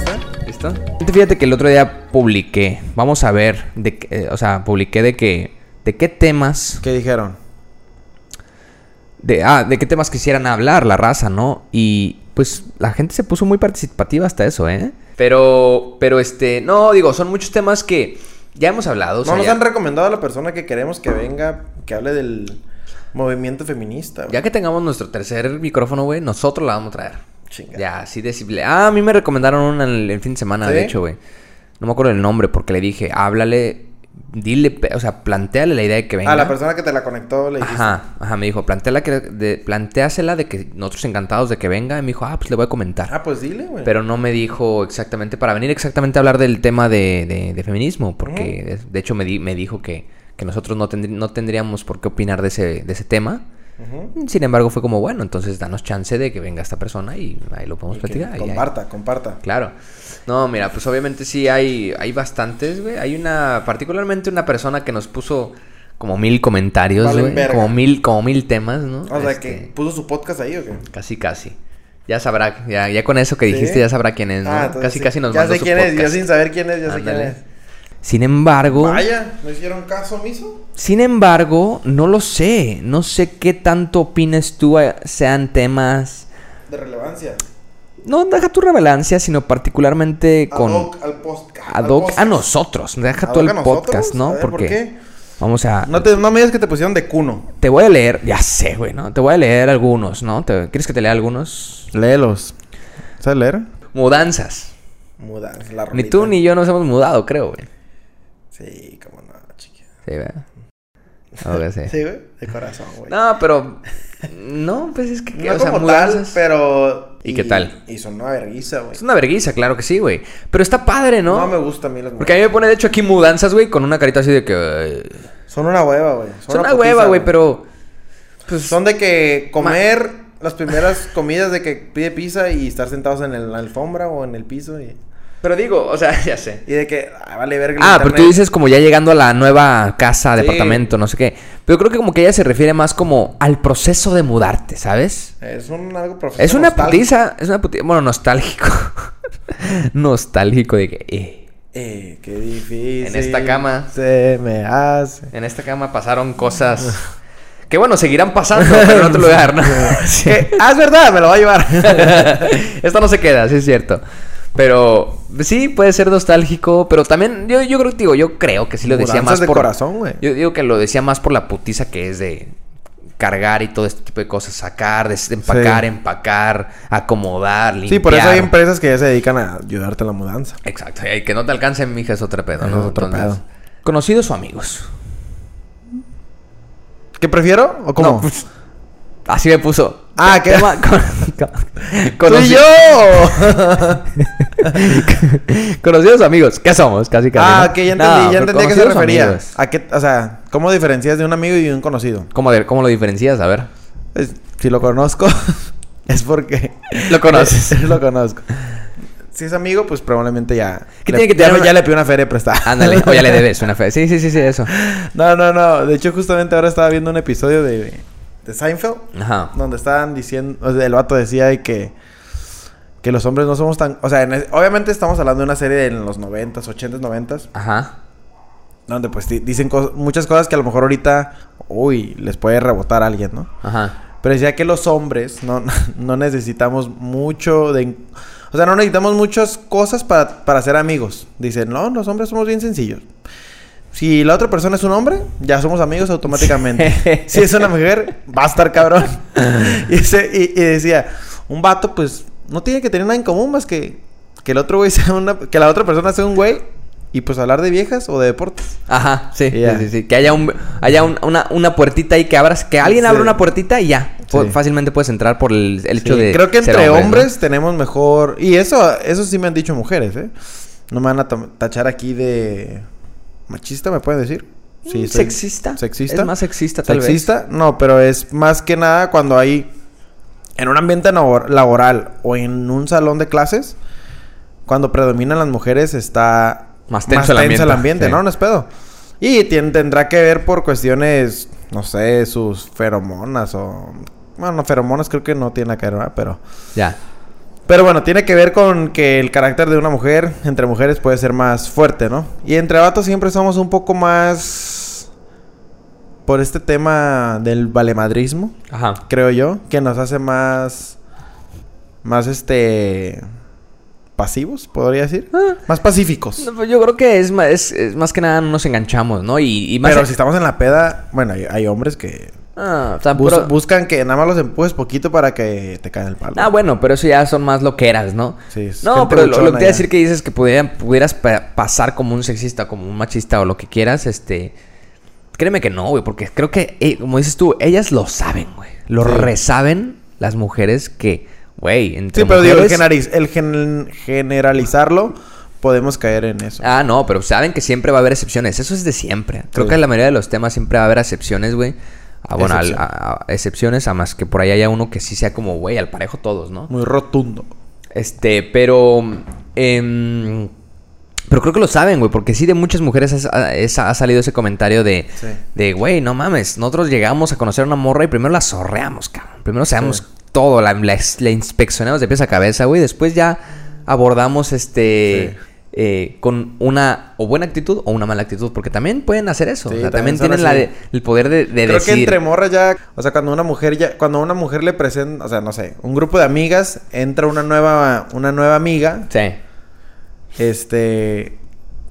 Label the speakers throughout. Speaker 1: gusta. Este, Fíjate que el otro día publiqué, vamos a ver, de, que- eh, o sea, publiqué de que, de qué temas,
Speaker 2: ¿Qué dijeron?
Speaker 1: de, ah, de qué temas quisieran hablar la raza, ¿no? Y pues la gente se puso muy participativa hasta eso, ¿eh? Pero, pero este, no, digo, son muchos temas que ya hemos hablado. o sea,
Speaker 2: no nos
Speaker 1: ya-
Speaker 2: han recomendado a la persona que queremos que venga, que hable del movimiento feminista. güey.
Speaker 1: Ya que tengamos nuestro tercer micrófono, güey, nosotros la vamos a traer.
Speaker 2: Chinga.
Speaker 1: Ya, así de simple. Ah, a mí me recomendaron una el, el fin de semana, de
Speaker 2: ¿Sí?
Speaker 1: hecho, güey. No me acuerdo el nombre porque le dije, háblale, dile, pe- o sea, planteale la idea de que venga.
Speaker 2: A la persona que te la conectó le dijiste.
Speaker 1: Ajá, ajá, me dijo, planteala que, de, planteásela de que nosotros encantados de que venga. Y me dijo, ah, pues le voy a comentar.
Speaker 2: Ah, pues dile, güey.
Speaker 1: Pero no me dijo exactamente, para venir exactamente a hablar del tema de, de- de feminismo, porque de, de hecho me, di- me dijo que, que nosotros no, tendrí- no tendríamos por qué opinar de ese, de ese tema.
Speaker 2: Ujú.
Speaker 1: Sin embargo, fue como, bueno, entonces danos chance de que venga esta persona y ahí lo podemos
Speaker 2: Y que
Speaker 1: platicar. y ahí-
Speaker 2: comparta, comparta.
Speaker 1: Claro. No, mira, pues obviamente sí hay, hay bastantes, güey. Hay una, particularmente una persona que nos puso como mil comentarios,
Speaker 2: Valen
Speaker 1: güey.
Speaker 2: verga.
Speaker 1: Como mil, como mil temas, ¿no?
Speaker 2: O sea, que
Speaker 1: Este, Eh,
Speaker 2: puso su podcast ahí, ¿o qué?
Speaker 1: Casi, casi. Ya sabrá, ya, ya con eso que
Speaker 2: ¿Sí?
Speaker 1: dijiste, ya sabrá quién es, ¿no?
Speaker 2: Ah, entonces
Speaker 1: casi,
Speaker 2: sí.
Speaker 1: casi nos
Speaker 2: Ya
Speaker 1: mandó
Speaker 2: sé
Speaker 1: su
Speaker 2: quién es, yo
Speaker 1: podcast.
Speaker 2: sin saber quién es, ya sé quién
Speaker 1: Ándale.
Speaker 2: es.
Speaker 1: Sin embargo,
Speaker 2: Vaya, ¿no hicieron caso omiso?
Speaker 1: sin embargo, no lo sé. No sé qué tanto opines tú eh, sean temas...
Speaker 2: De relevancia.
Speaker 1: No, deja tu revelancia, sino particularmente con...
Speaker 2: Ad hoc al podcast.
Speaker 1: ad hoc a nosotros. Deja todo el podcast, ¿no?
Speaker 2: Porque
Speaker 1: Porque Ah. vamos a.
Speaker 2: No, te, no me digas que te pusieron de cuno.
Speaker 1: Te voy a leer, ya sé, güey, ¿no? Te voy a leer algunos, ¿no? Te- ¿Quieres que te lea algunos?
Speaker 2: Léelos. ¿Sabes leer?
Speaker 1: Mudanzas.
Speaker 2: Mudas, la
Speaker 1: Ni
Speaker 2: rolita.
Speaker 1: tú ni yo nos hemos mudado, creo, güey.
Speaker 2: Sí, cómo no, chiquita.
Speaker 1: Sí, ¿verdad? Algo así.
Speaker 2: Sí, güey. De corazón, güey.
Speaker 1: No, pero. No, pues es que.
Speaker 2: No
Speaker 1: o sea,
Speaker 2: como tal,
Speaker 1: mudanzas.
Speaker 2: pero...
Speaker 1: ¿Y qué tal?
Speaker 2: Y son una vergüenza, güey.
Speaker 1: Es una vergüenza, claro que sí, güey. Pero está padre, ¿no?
Speaker 2: ¿No? me gusta a mí los
Speaker 1: Porque a mí me pone, de hecho, aquí mudanzas, güey, con una carita así de que. eh,
Speaker 2: Son una hueva, güey.
Speaker 1: Son una
Speaker 2: putiza,
Speaker 1: hueva, güey, pero. Pues,
Speaker 2: Son de que comer las primeras comidas de que pide pizza y estar sentados en el- la alfombra o en el piso y,
Speaker 1: Pero digo, o sea, ya sé.
Speaker 2: y de que ah, vale verga. el
Speaker 1: Ah, pero tú
Speaker 2: internet.
Speaker 1: dices como ya llegando a la nueva casa,
Speaker 2: Sí.
Speaker 1: departamento, no sé qué. Pero creo que como que ella se refiere más como al proceso de mudarte, ¿sabes?
Speaker 2: Es un algo profesional.
Speaker 1: Es una putiza, es una putiza, bueno, nostálgico. nostálgico de que... eh,
Speaker 2: Eh, qué difícil.
Speaker 1: En esta cama.
Speaker 2: Se me hace.
Speaker 1: en esta cama pasaron cosas que bueno, seguirán pasando, pero en otro lugar, ¿no? Sí.
Speaker 2: Que, ah, es verdad, me lo va a llevar.
Speaker 1: Esta no se queda, sí es cierto. Pero sí, puede ser nostálgico, pero también yo, yo creo que digo, yo creo que sí lo decía
Speaker 2: Mudanzas
Speaker 1: más
Speaker 2: de
Speaker 1: por
Speaker 2: corazón, güey.
Speaker 1: Yo digo que lo decía más por la putiza que es de cargar y todo este tipo de cosas, sacar, des- empacar,
Speaker 2: Sí.
Speaker 1: empacar, acomodar, limpiar.
Speaker 2: Sí, por eso hay empresas que ya se dedican a ayudarte a la mudanza.
Speaker 1: Exacto, y que no te alcancen, mija, es otro pedo, ¿no?
Speaker 2: Es otro
Speaker 1: Entonces,
Speaker 2: pedo.
Speaker 1: Conocidos o amigos.
Speaker 2: ¿Qué prefiero? ¿O cómo?
Speaker 1: No, pues, así me puso.
Speaker 2: Ah, ¿qué?
Speaker 1: Tema con- con-
Speaker 2: ¡Tú y
Speaker 1: conoci-
Speaker 2: yo!
Speaker 1: Conocidos o amigos, ¿qué somos? Casi casi.
Speaker 2: ah,
Speaker 1: ¿no?
Speaker 2: ok, ya entendí,
Speaker 1: No,
Speaker 2: ya entendí a qué se
Speaker 1: conocidos o
Speaker 2: refería.
Speaker 1: amigos.
Speaker 2: A qué, o sea, ¿cómo diferencias de un amigo y de un conocido?
Speaker 1: ¿Cómo, de- ¿Cómo lo diferencias? A ver.
Speaker 2: Es- si lo conozco, es porque.
Speaker 1: Lo conoces.
Speaker 2: lo conozco. Si es amigo, pues probablemente ya.
Speaker 1: ¿Qué
Speaker 2: le-
Speaker 1: tiene que
Speaker 2: ya,
Speaker 1: tener
Speaker 2: me-
Speaker 1: una-
Speaker 2: ya le pido una Ah, feria prestada.
Speaker 1: Ándale, o ya le debes una fe. Sí, sí, sí, sí, eso.
Speaker 2: No, no, no. De hecho, justamente ahora estaba viendo un episodio de, de Seinfeld.
Speaker 1: Ajá.
Speaker 2: Donde estaban diciendo. O sea, el vato decía de que. Que los hombres no somos tan. O sea, en es- obviamente estamos hablando de una serie de en los 90s, 80s, 90s.
Speaker 1: Ajá.
Speaker 2: Donde pues di- dicen cos- muchas cosas que a lo mejor ahorita. Uy, les puede rebotar a alguien, ¿no?
Speaker 1: Ajá.
Speaker 2: Pero decía que los hombres no, no necesitamos mucho de... O sea, no necesitamos muchas cosas para, para ser amigos. Dicen, no, los hombres somos bien sencillos. Si la otra persona es un hombre, ya somos amigos automáticamente. si es una mujer, va a estar cabrón. y, ese- y- y decía, un vato, pues, no tiene que tener nada en común más que que el otro güey sea una... Que la otra persona sea un güey y pues hablar de viejas o de deportes.
Speaker 1: Ajá, sí, sí,
Speaker 2: Ya.
Speaker 1: sí, sí. Que haya, un, haya un- una, una puertita ahí que abras, que alguien abra
Speaker 2: Sí.
Speaker 1: una puertita y ya. Fu-
Speaker 2: Sí.
Speaker 1: Fácilmente puedes entrar por el, el hecho
Speaker 2: Sí,
Speaker 1: de.
Speaker 2: creo que
Speaker 1: ser
Speaker 2: entre hombres,
Speaker 1: ¿no?
Speaker 2: tenemos mejor y eso eso sí me han dicho mujeres eh no me van a tam- tachar aquí de machista me pueden decir
Speaker 1: Mm,
Speaker 2: soy-
Speaker 1: sexista.
Speaker 2: sexista
Speaker 1: Es más sexista, tal vez.
Speaker 2: ¿Sexista? no pero es más que nada cuando hay en un ambiente nabor- laboral o en un salón de clases cuando predominan las mujeres está
Speaker 1: Más tenso el ambiente, sí.
Speaker 2: ¿no? No es pedo. Y tien- tendrá que ver por cuestiones, no sé, sus feromonas o... Bueno, feromonas creo que no tiene nada que ver, ¿verdad? Pero...
Speaker 1: Ya.
Speaker 2: Pero bueno, tiene que ver con que el carácter de una mujer entre mujeres puede ser más fuerte, ¿no? Y entre vatos siempre somos un poco más por este tema del valemadrismo,
Speaker 1: Ajá.
Speaker 2: creo yo, que nos hace más más este pasivos, podría decir,
Speaker 1: Ah.
Speaker 2: más pacíficos.
Speaker 1: No, pues yo creo que es más, es, es más que nada nos enganchamos, ¿no? Y, y más...
Speaker 2: Pero si estamos en la peda, bueno, hay, hay hombres que
Speaker 1: Ah, o sea,
Speaker 2: bus-
Speaker 1: puro-
Speaker 2: buscan que nada más los empujes poquito para que te caigan el palo.
Speaker 1: Ah, bueno, pero eso ya son más loqueras, ¿no?
Speaker 2: Sí, es
Speaker 1: no,
Speaker 2: gente
Speaker 1: pero lo, lo que te
Speaker 2: buchona
Speaker 1: iba a
Speaker 2: ya.
Speaker 1: decir que dices que pudieran- pudieras pa- pasar como un sexista, como un machista o lo que quieras, este... Créeme que no, güey, porque creo que, eh, como dices tú, ellas lo saben, güey. Lo
Speaker 2: Sí.
Speaker 1: resaben las mujeres que, güey, entre
Speaker 2: Sí, pero digo, el,
Speaker 1: mujeres-
Speaker 2: genariz- el gen- generalizarlo, podemos caer en eso.
Speaker 1: Ah, no, pero saben que siempre va a haber excepciones. Eso es de siempre. Creo
Speaker 2: Sí.
Speaker 1: que en la mayoría de los temas siempre va a haber excepciones, güey. Ah, bueno, al-
Speaker 2: Excepción.
Speaker 1: a- a- excepciones, a más que por ahí haya uno que sí sea como, güey, al parejo todos, ¿no?
Speaker 2: Muy rotundo.
Speaker 1: Este, pero. em, pero creo que lo saben, güey, porque sí de muchas mujeres has- ha, es- ha salido ese comentario de,
Speaker 2: Sí.
Speaker 1: de, güey, no mames, nosotros llegamos a conocer a una morra y primero la zorreamos, cabrón. Primero sabemos
Speaker 2: Sí.
Speaker 1: todo, la, la, la inspeccionamos de pies a cabeza, güey. Después ya abordamos este.
Speaker 2: Sí.
Speaker 1: eh, con una o buena actitud o una mala actitud, porque también pueden hacer eso.
Speaker 2: Sí,
Speaker 1: o sea,
Speaker 2: también
Speaker 1: también,
Speaker 2: son
Speaker 1: tienen la
Speaker 2: así.
Speaker 1: de- el poder de, de
Speaker 2: Creo
Speaker 1: decir.
Speaker 2: que entre morras ya, o sea, cuando una mujer ya, cuando una mujer le presenta, o sea, no sé, un grupo de amigas, entra una nueva, una nueva amiga,
Speaker 1: Sí.
Speaker 2: este,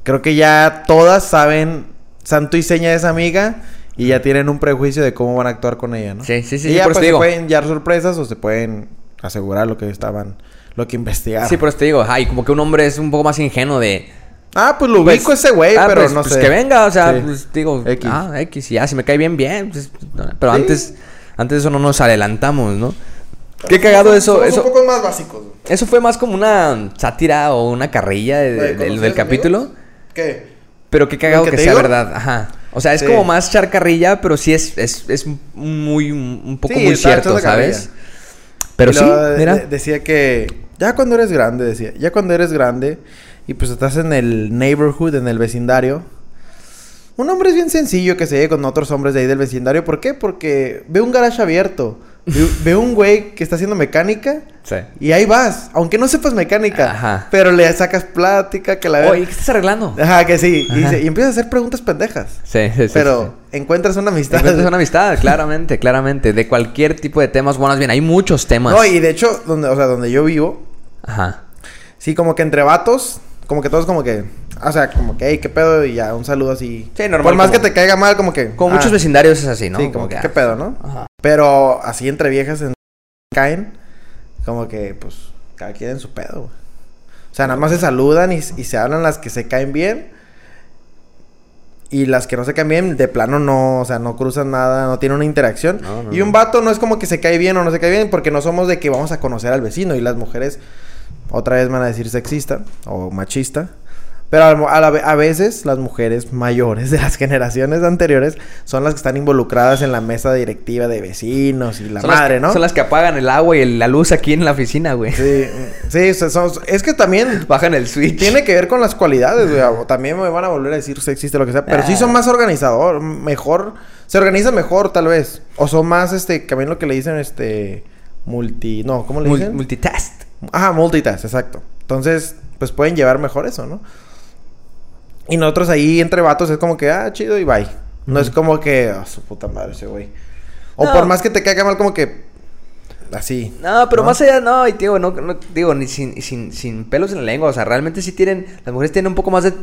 Speaker 2: creo que ya todas saben santo y seña de esa amiga y ya tienen un prejuicio de cómo van a actuar con ella, ¿no?
Speaker 1: Sí, sí, sí,
Speaker 2: Y
Speaker 1: sí,
Speaker 2: ya
Speaker 1: por
Speaker 2: pues,
Speaker 1: eso te
Speaker 2: se
Speaker 1: digo.
Speaker 2: pueden dar sorpresas o se pueden asegurar lo que estaban, lo que investigaron.
Speaker 1: Sí, por eso te digo, ay, como que un hombre es un poco más ingenuo de.
Speaker 2: Ah, pues lo
Speaker 1: Pues,
Speaker 2: ubico ese güey,
Speaker 1: ah,
Speaker 2: pero
Speaker 1: pues-
Speaker 2: no
Speaker 1: pues
Speaker 2: sé.
Speaker 1: que venga, o sea,
Speaker 2: Sí.
Speaker 1: pues, digo,
Speaker 2: X.
Speaker 1: ah, X, ya, si me cae bien, bien. pues, no, pero
Speaker 2: Sí.
Speaker 1: antes, antes de eso no nos adelantamos, ¿no? Qué cagado
Speaker 2: Somos-
Speaker 1: eso,
Speaker 2: somos
Speaker 1: eso.
Speaker 2: un poco más básicos. güey.
Speaker 1: Eso fue más como una sátira o una carrilla de-
Speaker 2: Lo de
Speaker 1: del- del,
Speaker 2: conocer
Speaker 1: capítulo.
Speaker 2: amigos. ¿Qué?
Speaker 1: Pero qué cagado
Speaker 2: que
Speaker 1: que,
Speaker 2: te
Speaker 1: sea
Speaker 2: digo?
Speaker 1: verdad, ajá. O sea, es
Speaker 2: Sí.
Speaker 1: como más charcarrilla, pero sí es, es, es muy, un poco
Speaker 2: Sí,
Speaker 1: muy
Speaker 2: está
Speaker 1: cierto,
Speaker 2: echando
Speaker 1: ¿sabes?
Speaker 2: carrilla.
Speaker 1: Pero
Speaker 2: Y
Speaker 1: sí,
Speaker 2: luego de-
Speaker 1: mira.
Speaker 2: eh, de- decía que ya cuando eres grande, decía, ya cuando eres grande y pues estás en el neighborhood, en el vecindario. Un hombre es bien sencillo que se lleve con otros hombres de ahí del vecindario. ¿Por qué? Porque ve un garage abierto. Ve, ve un güey que está haciendo mecánica.
Speaker 1: Sí.
Speaker 2: Y ahí vas, aunque no sepas mecánica,
Speaker 1: Ajá.
Speaker 2: pero le sacas plática, que la ve-
Speaker 1: Oye, ¿qué estás arreglando?
Speaker 2: Ajá, que sí. Y,
Speaker 1: Ajá.
Speaker 2: dice- y empiezas a hacer preguntas pendejas.
Speaker 1: Sí, sí, sí. sí.
Speaker 2: pero encuentras una amistad.
Speaker 1: Es una amistad, claramente, claramente. De cualquier tipo de temas, bueno, más bien, hay muchos temas.
Speaker 2: No, y de hecho, donde, o sea, donde yo vivo,
Speaker 1: Ajá.
Speaker 2: sí, como que entre vatos, como que todos como que, o sea, como que, hey, qué pedo, y ya, un saludo así.
Speaker 1: Sí, normal,
Speaker 2: Por más
Speaker 1: como-
Speaker 2: que te caiga mal, como que.
Speaker 1: Con
Speaker 2: ah,
Speaker 1: muchos vecindarios es así, ¿no?
Speaker 2: Sí, como que,
Speaker 1: ah,
Speaker 2: qué pedo, ¿no?
Speaker 1: Ajá.
Speaker 2: Pero así entre viejas en... caen, como que, pues, cada quien en su pedo, güey. O sea, nada más se saludan y, y se hablan las que se caen bien. Y las que no se caen bien, de plano no, o sea, no cruzan nada, no tienen una interacción.
Speaker 1: No, no,
Speaker 2: y un
Speaker 1: no.
Speaker 2: vato no es como que se cae bien o no se cae bien, porque no somos de que vamos a conocer al vecino. Y las mujeres, otra vez me van a decir sexista o machista. Pero a, la- a la- a veces las mujeres mayores de las generaciones anteriores son las que están involucradas en la mesa directiva de vecinos y la
Speaker 1: Son las
Speaker 2: madre,
Speaker 1: que-
Speaker 2: ¿no?
Speaker 1: Son las que apagan el agua y el- la luz aquí en la oficina, güey.
Speaker 2: Sí, sí, o sea, son- es que también
Speaker 1: Bajan el switch.
Speaker 2: tiene que ver con las cualidades, güey. o También me van a volver a decir sexista lo que sea, pero sí
Speaker 1: Ah.
Speaker 2: son más organizador, mejor, se organizan mejor tal vez, o son más este, que a mí lo que le dicen este multi, no, ¿cómo le
Speaker 1: Mul-
Speaker 2: dicen?
Speaker 1: multitask.
Speaker 2: Ajá, multitask, exacto. Entonces, pues pueden llevar mejor eso, ¿no? Y nosotros ahí entre vatos es como que, ah, chido y bye. No es como que, ah, su puta madre ese güey. O
Speaker 1: No.
Speaker 2: por más que te caiga mal, como que, así.
Speaker 1: No, pero más allá, no, y te digo, no, no- digo, ni sin, sin, sin pelos en la lengua, o sea, realmente sí tienen, las mujeres tienen un poco más de,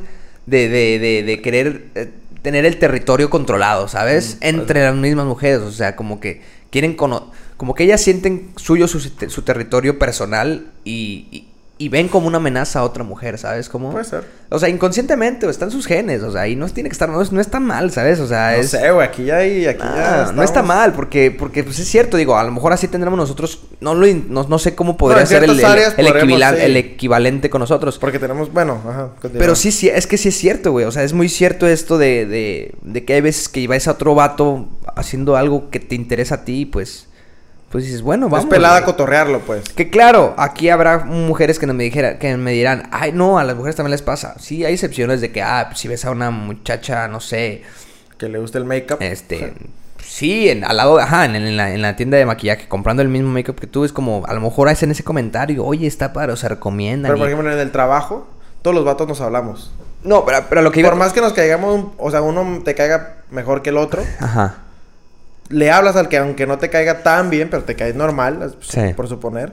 Speaker 1: de, de, de, de querer eh, tener el territorio controlado, ¿sabes?
Speaker 2: Mm,
Speaker 1: Entre las mismas mujeres, o sea, como que quieren cono como que ellas sienten suyo su, su territorio personal y, y, y ven como una amenaza a otra mujer, ¿sabes? Como...
Speaker 2: Puede ser.
Speaker 1: O sea, inconscientemente, o están sus genes, o sea, y no tiene que estar, no, es- no está mal, ¿sabes? O sea,
Speaker 2: No
Speaker 1: es...
Speaker 2: sé, güey, aquí ya hay, aquí
Speaker 1: Ah,
Speaker 2: ya
Speaker 1: no
Speaker 2: estamos.
Speaker 1: está mal, porque, porque pues es cierto, digo, a lo mejor así tendremos nosotros, no lo in- no, no sé cómo podría
Speaker 2: en
Speaker 1: ser el,
Speaker 2: ciertas
Speaker 1: el-
Speaker 2: áreas
Speaker 1: el
Speaker 2: podremos,
Speaker 1: equivalen-
Speaker 2: sí.
Speaker 1: el equivalente con nosotros.
Speaker 2: Porque tenemos, bueno, ajá. continúa.
Speaker 1: Pero sí, sí, es que sí es cierto, güey. O sea, es muy cierto esto de, de, de que hay veces que lleváis a otro vato haciendo algo que te interesa a ti y pues, pues dices, bueno, vamos.
Speaker 2: es pelada
Speaker 1: güey.
Speaker 2: cotorrearlo, pues.
Speaker 1: Que claro, aquí habrá mujeres que no me dijera, que me dirán, ay no, a las mujeres también les pasa. Sí, hay pues, excepciones de que, ah, si ves a una muchacha, no sé,
Speaker 2: Que le guste el make-up.
Speaker 1: este, pues, Sí, en, al lado, ajá, en, en la, en la tienda de maquillaje, comprando el mismo make-up que tú, es como, a lo mejor hacen ese comentario, oye, está para, o sea, recomiendan.
Speaker 2: Pero por
Speaker 1: y-
Speaker 2: ejemplo, en el trabajo, todos los vatos nos hablamos.
Speaker 1: No, pero, pero lo que iba...
Speaker 2: Por más que nos caigamos, un- o sea, uno te caiga mejor que el otro,
Speaker 1: Ajá.
Speaker 2: le hablas al que aunque no te caiga tan bien, pero te caes normal, su-
Speaker 1: Sí.
Speaker 2: por suponer.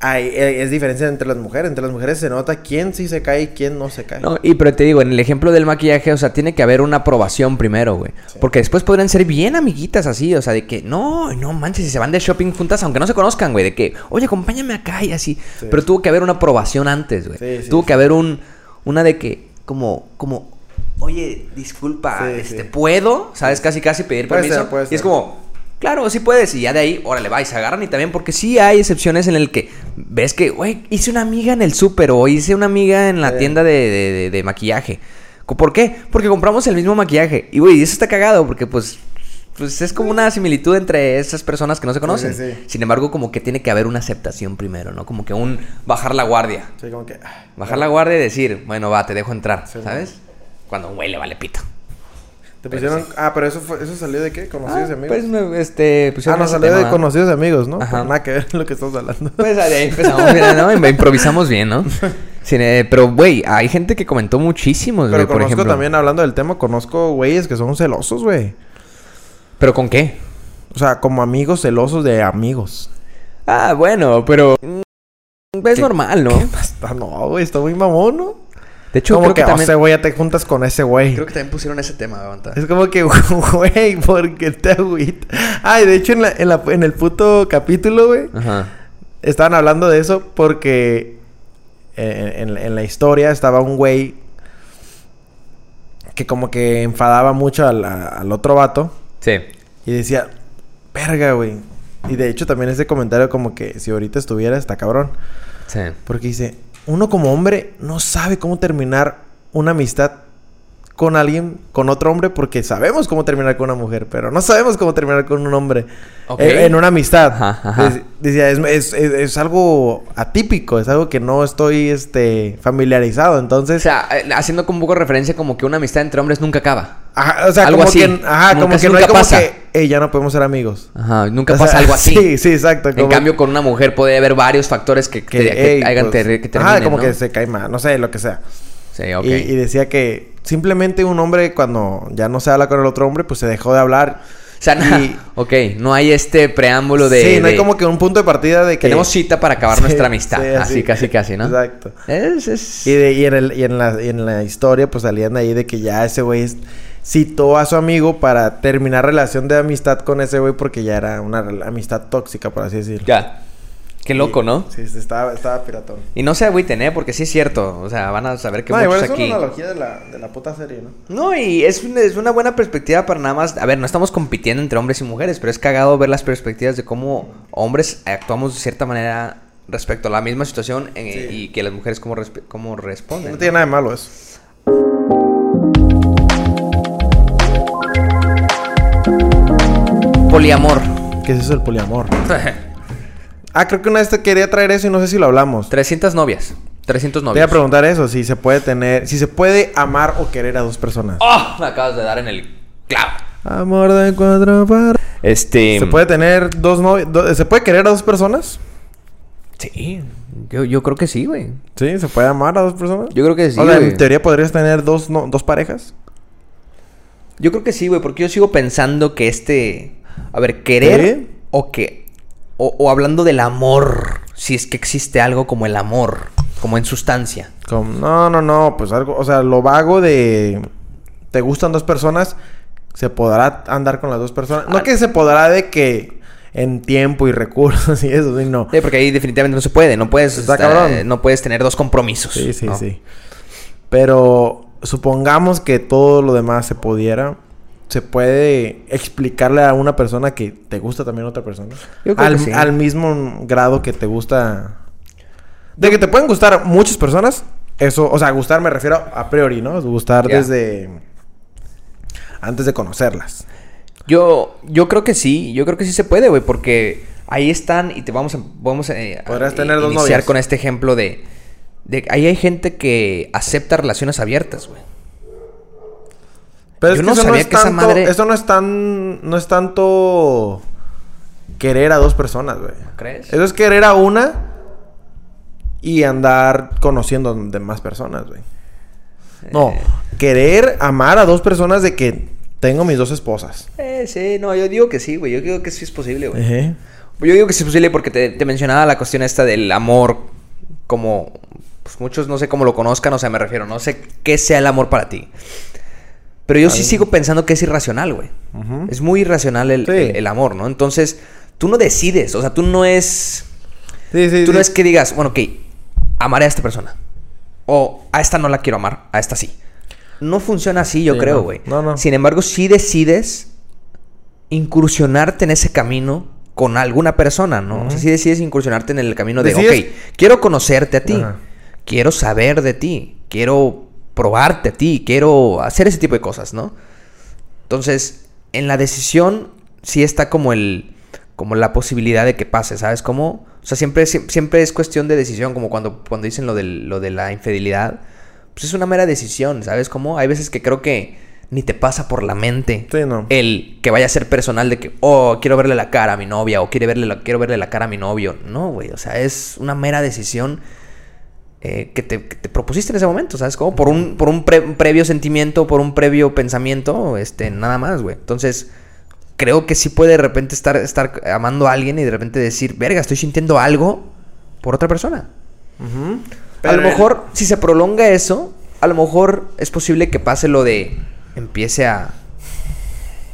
Speaker 2: Hay, e- es diferencia entre las mujeres. Entre las mujeres se nota quién sí se cae y quién no se cae.
Speaker 1: No, y pero te digo, en el ejemplo del maquillaje, o sea, tiene que haber una aprobación primero, güey. Porque después podrían ser bien amiguitas así, o sea, de que no, no manches, si se van de shopping juntas, aunque no se conozcan, güey, de que, oye, acompáñame acá y así.
Speaker 2: Sí.
Speaker 1: Pero tuvo que haber una aprobación antes, güey.
Speaker 2: Sí, sí,
Speaker 1: tuvo
Speaker 2: sí.
Speaker 1: que haber un, una de que, como, como, oye, disculpa,
Speaker 2: Sí,
Speaker 1: este,
Speaker 2: sí.
Speaker 1: ¿puedo? ¿Sabes? Casi, casi pedir
Speaker 2: Puede
Speaker 1: permiso.
Speaker 2: ser, puede
Speaker 1: Y
Speaker 2: ser.
Speaker 1: es como, claro, sí puedes. Y ya de ahí, órale, va, y se agarran. Y también porque sí hay excepciones en el que ves que, güey, hice una amiga en el súper o hice una amiga en la
Speaker 2: Sí.
Speaker 1: tienda de, de- de- de maquillaje. Co- ¿Por qué? Porque compramos el mismo maquillaje. Y, güey, eso está cagado porque, pues... Pues es como una similitud entre esas personas que no se conocen.
Speaker 2: sí, sí.
Speaker 1: Sin embargo, como que tiene que haber una aceptación primero, ¿no? Como que un bajar la guardia.
Speaker 2: Sí, como que, ah.
Speaker 1: Bajar la guardia y decir, bueno, va, te dejo entrar,
Speaker 2: Sí,
Speaker 1: ¿sabes? Cuando a un güey le vale pito.
Speaker 2: Te pusieron. Ah, pero eso fue, eso salió de qué? Conocidos y
Speaker 1: Ah,
Speaker 2: amigos.
Speaker 1: pues, no, este, pues,
Speaker 2: ah,
Speaker 1: era
Speaker 2: no,
Speaker 1: ese
Speaker 2: salió
Speaker 1: tema,
Speaker 2: de
Speaker 1: ¿no?
Speaker 2: conocidos y amigos, ¿no?
Speaker 1: Ajá.
Speaker 2: Pero Nada que ver lo que estamos hablando.
Speaker 1: Pues ahí empezamos, mira, ¿no? Im- Improvisamos bien, ¿no? Sin, eh, pero, güey, hay gente que comentó muchísimos, güey,
Speaker 2: Pero
Speaker 1: por
Speaker 2: conozco
Speaker 1: ejemplo.
Speaker 2: también, hablando del tema, conozco güeyes que son celosos, güey.
Speaker 1: ¿Pero con qué?
Speaker 2: O sea, como amigos celosos de amigos.
Speaker 1: Ah, bueno, pero... mm, Es
Speaker 2: ¿Qué-
Speaker 1: normal, ¿no?
Speaker 2: Está, no, güey, está muy mamón, ¿no?
Speaker 1: De hecho,
Speaker 2: como
Speaker 1: creo
Speaker 2: que,
Speaker 1: que,
Speaker 2: o
Speaker 1: también...
Speaker 2: sea, güey, ya te juntas con ese güey.
Speaker 1: Creo que también pusieron ese tema, aguanta.
Speaker 2: Es como que, güey, ¿por qué te agüita? Ay, de hecho, en, la- en la- en el puto capítulo, güey,
Speaker 1: Ajá.
Speaker 2: estaban hablando de eso porque en, en- en la historia estaba un güey que como que enfadaba mucho al, a- al otro vato
Speaker 1: Sí.
Speaker 2: y decía, verga, güey. Y de hecho también ese comentario como que si ahorita estuviera está cabrón.
Speaker 1: Sí.
Speaker 2: Porque dice, uno como hombre no sabe cómo terminar una amistad con alguien, con otro hombre, porque sabemos cómo terminar con una mujer, pero no sabemos cómo terminar con un hombre
Speaker 1: Ok.
Speaker 2: eh, en una amistad.
Speaker 1: Ajá, ajá.
Speaker 2: Dec- Decía, es, es- es- es algo atípico, es algo que no estoy este, familiarizado,
Speaker 1: O
Speaker 2: entonces...
Speaker 1: sea, eh, haciendo como un poco referencia como que una amistad entre hombres nunca acaba.
Speaker 2: ajá, o sea,
Speaker 1: algo
Speaker 2: como
Speaker 1: así.
Speaker 2: que, ajá,
Speaker 1: Como
Speaker 2: como
Speaker 1: casi
Speaker 2: que no hay
Speaker 1: nunca
Speaker 2: como
Speaker 1: pasa.
Speaker 2: que, "Ey, ya no podemos ser amigos.
Speaker 1: Ajá, nunca
Speaker 2: O sea,
Speaker 1: pasa algo así.
Speaker 2: Sí, sí, exacto.
Speaker 1: En
Speaker 2: como
Speaker 1: cambio, con una mujer puede haber varios factores que,
Speaker 2: que,
Speaker 1: que, que
Speaker 2: "Ey,
Speaker 1: hagan
Speaker 2: pues,
Speaker 1: ter- que terminen,
Speaker 2: Ajá, como
Speaker 1: ¿no?
Speaker 2: que se cae mal, no sé, lo que sea.
Speaker 1: Sí, ok.
Speaker 2: Y- Y, decía que simplemente un hombre cuando ya no se habla con el otro hombre, pues se dejó de hablar.
Speaker 1: O sea, na-
Speaker 2: Y-
Speaker 1: ok, no hay este preámbulo de...
Speaker 2: sí, no hay
Speaker 1: de-
Speaker 2: como que un punto de partida de que...
Speaker 1: Tenemos cita para acabar
Speaker 2: Sí,
Speaker 1: nuestra amistad.
Speaker 2: sí,
Speaker 1: así, casi, casi, ¿no?
Speaker 2: Exacto.
Speaker 1: Es, es...
Speaker 2: Y, de- y en, el- y en la, y en la historia, pues salían de ahí de que ya ese güey es- citó a su amigo para terminar relación de amistad con ese güey porque ya era una rel- amistad tóxica, por así decirlo.
Speaker 1: Ya. Qué loco, ¿no?
Speaker 2: Sí, sí, estaba, estaba piratón.
Speaker 1: Y no se agüiten, ¿eh? Porque sí es cierto. O sea, van a saber que
Speaker 2: No, igual
Speaker 1: muchos
Speaker 2: es
Speaker 1: aquí...
Speaker 2: una analogía de la, de la puta serie, ¿no?
Speaker 1: No, y es, un- es una buena perspectiva para nada más. A ver, no estamos compitiendo entre hombres y mujeres, pero es cagado ver las perspectivas de cómo hombres actuamos de cierta manera respecto a la misma situación eh,
Speaker 2: Sí.
Speaker 1: y que las mujeres cómo, resp- cómo
Speaker 2: No
Speaker 1: responden. ¿no?
Speaker 2: tiene nada de malo eso.
Speaker 1: Poliamor.
Speaker 2: ¿Qué es eso del poliamor? Ah, creo que una vez te quería traer eso y no sé si lo hablamos.
Speaker 1: 300 novias. 300
Speaker 2: Te iba a
Speaker 1: novias.
Speaker 2: preguntar eso, si se puede tener, si se puede amar o querer a dos personas.
Speaker 1: ¡Oh! Me acabas de dar en el clavo.
Speaker 2: Amor de cuatro par.
Speaker 1: Este.
Speaker 2: ¿Se puede tener dos novios? ¿Se puede querer a dos personas?
Speaker 1: Sí. Yo, yo creo que sí, güey.
Speaker 2: Sí, ¿se puede amar a dos personas?
Speaker 1: Yo creo que sí,
Speaker 2: O sea,
Speaker 1: güey.
Speaker 2: en teoría podrías tener dos, no- dos parejas.
Speaker 1: Yo creo que sí, güey, porque yo sigo pensando que este. A ver, querer
Speaker 2: ¿Qué?
Speaker 1: o que. O, o hablando del amor. Si es que existe algo como el amor. Como en sustancia.
Speaker 2: Como, no, no, no, pues algo, o sea, lo vago de te gustan dos personas, se podrá andar con las dos personas. No
Speaker 1: Ah.
Speaker 2: que se podrá de que en tiempo y recursos y eso, sí, no.
Speaker 1: Sí, porque ahí definitivamente no se puede. No puedes.
Speaker 2: Está
Speaker 1: esta-
Speaker 2: cabrón.
Speaker 1: No puedes tener dos compromisos.
Speaker 2: Sí, sí,
Speaker 1: ¿no?
Speaker 2: sí. Pero supongamos que todo lo demás se pudiera. ¿Se puede explicarle a una persona que te gusta también otra persona?
Speaker 1: Yo creo
Speaker 2: al,
Speaker 1: que sí.
Speaker 2: al mismo grado que te gusta. De que te pueden gustar muchas personas. Eso, o sea, gustar me refiero a priori, ¿no? Gustar
Speaker 1: Ya.
Speaker 2: desde. Antes de conocerlas.
Speaker 1: Yo, yo creo que sí, yo creo que sí se puede, güey, porque ahí están y te vamos a, vamos a, eh,
Speaker 2: Podrás
Speaker 1: a-
Speaker 2: tener
Speaker 1: eh,
Speaker 2: dos
Speaker 1: iniciar
Speaker 2: novias.
Speaker 1: con este ejemplo de, de ahí hay gente que acepta relaciones abiertas, güey.
Speaker 2: Pero
Speaker 1: Yo
Speaker 2: es que
Speaker 1: no
Speaker 2: eso
Speaker 1: sabía
Speaker 2: no es
Speaker 1: que esa
Speaker 2: tanto,
Speaker 1: madre-
Speaker 2: Eso no es tan... No es tanto... Querer a dos personas, güey.
Speaker 1: ¿Crees?
Speaker 2: Eso es querer a una... Y andar conociendo de más personas, güey. No.
Speaker 1: Eh.
Speaker 2: Querer amar a dos personas de que... Tengo mis dos esposas.
Speaker 1: Eh, sí, no, yo digo que sí, güey. Yo digo que sí es posible, güey.
Speaker 2: Ejé.
Speaker 1: Yo digo que sí es posible porque te, te mencionaba la cuestión esta del amor. Como, pues muchos no sé cómo lo conozcan, o sea, me refiero, no sé qué sea el amor para ti. Pero yo sí sigo pensando que es irracional, güey.
Speaker 2: Ujú.
Speaker 1: Es muy irracional el,
Speaker 2: Sí.
Speaker 1: el- el amor, ¿no? Entonces, tú no decides, o sea, tú no es.
Speaker 2: Sí, sí,
Speaker 1: tú no
Speaker 2: sí.
Speaker 1: es que digas, bueno, ok, amaré a esta persona. O a esta no la quiero amar, a esta sí. No funciona así, yo
Speaker 2: Sí,
Speaker 1: creo,
Speaker 2: no.
Speaker 1: güey.
Speaker 2: No, no.
Speaker 1: Sin embargo, si decides incursionarte en ese camino con alguna persona, ¿no? O sea, si decides incursionarte en el camino de,
Speaker 2: Decides-
Speaker 1: ok, quiero conocerte a ti,
Speaker 2: Ajá.
Speaker 1: quiero saber de ti, quiero probarte a ti, quiero hacer ese tipo de cosas, ¿no? Entonces, en la decisión sí está como el como la posibilidad de que pase, ¿sabes cómo? O sea, siempre sie- siempre es cuestión de decisión, como cuando cuando dicen lo del- lo de la infidelidad, pues es una mera decisión, ¿sabes cómo? Hay veces que creo que ni te pasa por la mente
Speaker 2: Sí, no.
Speaker 1: el que vaya a ser personal de que, oh, quiero verle la cara a mi novia o quiere verle la- quiero verle la cara a mi novio. No, güey, o sea, es una mera decisión eh, que, te, que te propusiste en ese momento, ¿sabes? Como por un, por un, pre- un previo sentimiento, por un previo pensamiento, este, nada más, güey. Entonces, creo que sí puede de repente estar, estar amando a alguien y de repente decir, verga, estoy sintiendo algo por otra persona.
Speaker 2: Ujú.
Speaker 1: a
Speaker 2: Pero
Speaker 1: lo
Speaker 2: el-
Speaker 1: mejor, si se prolonga eso, a lo mejor es posible que pase lo de empiece a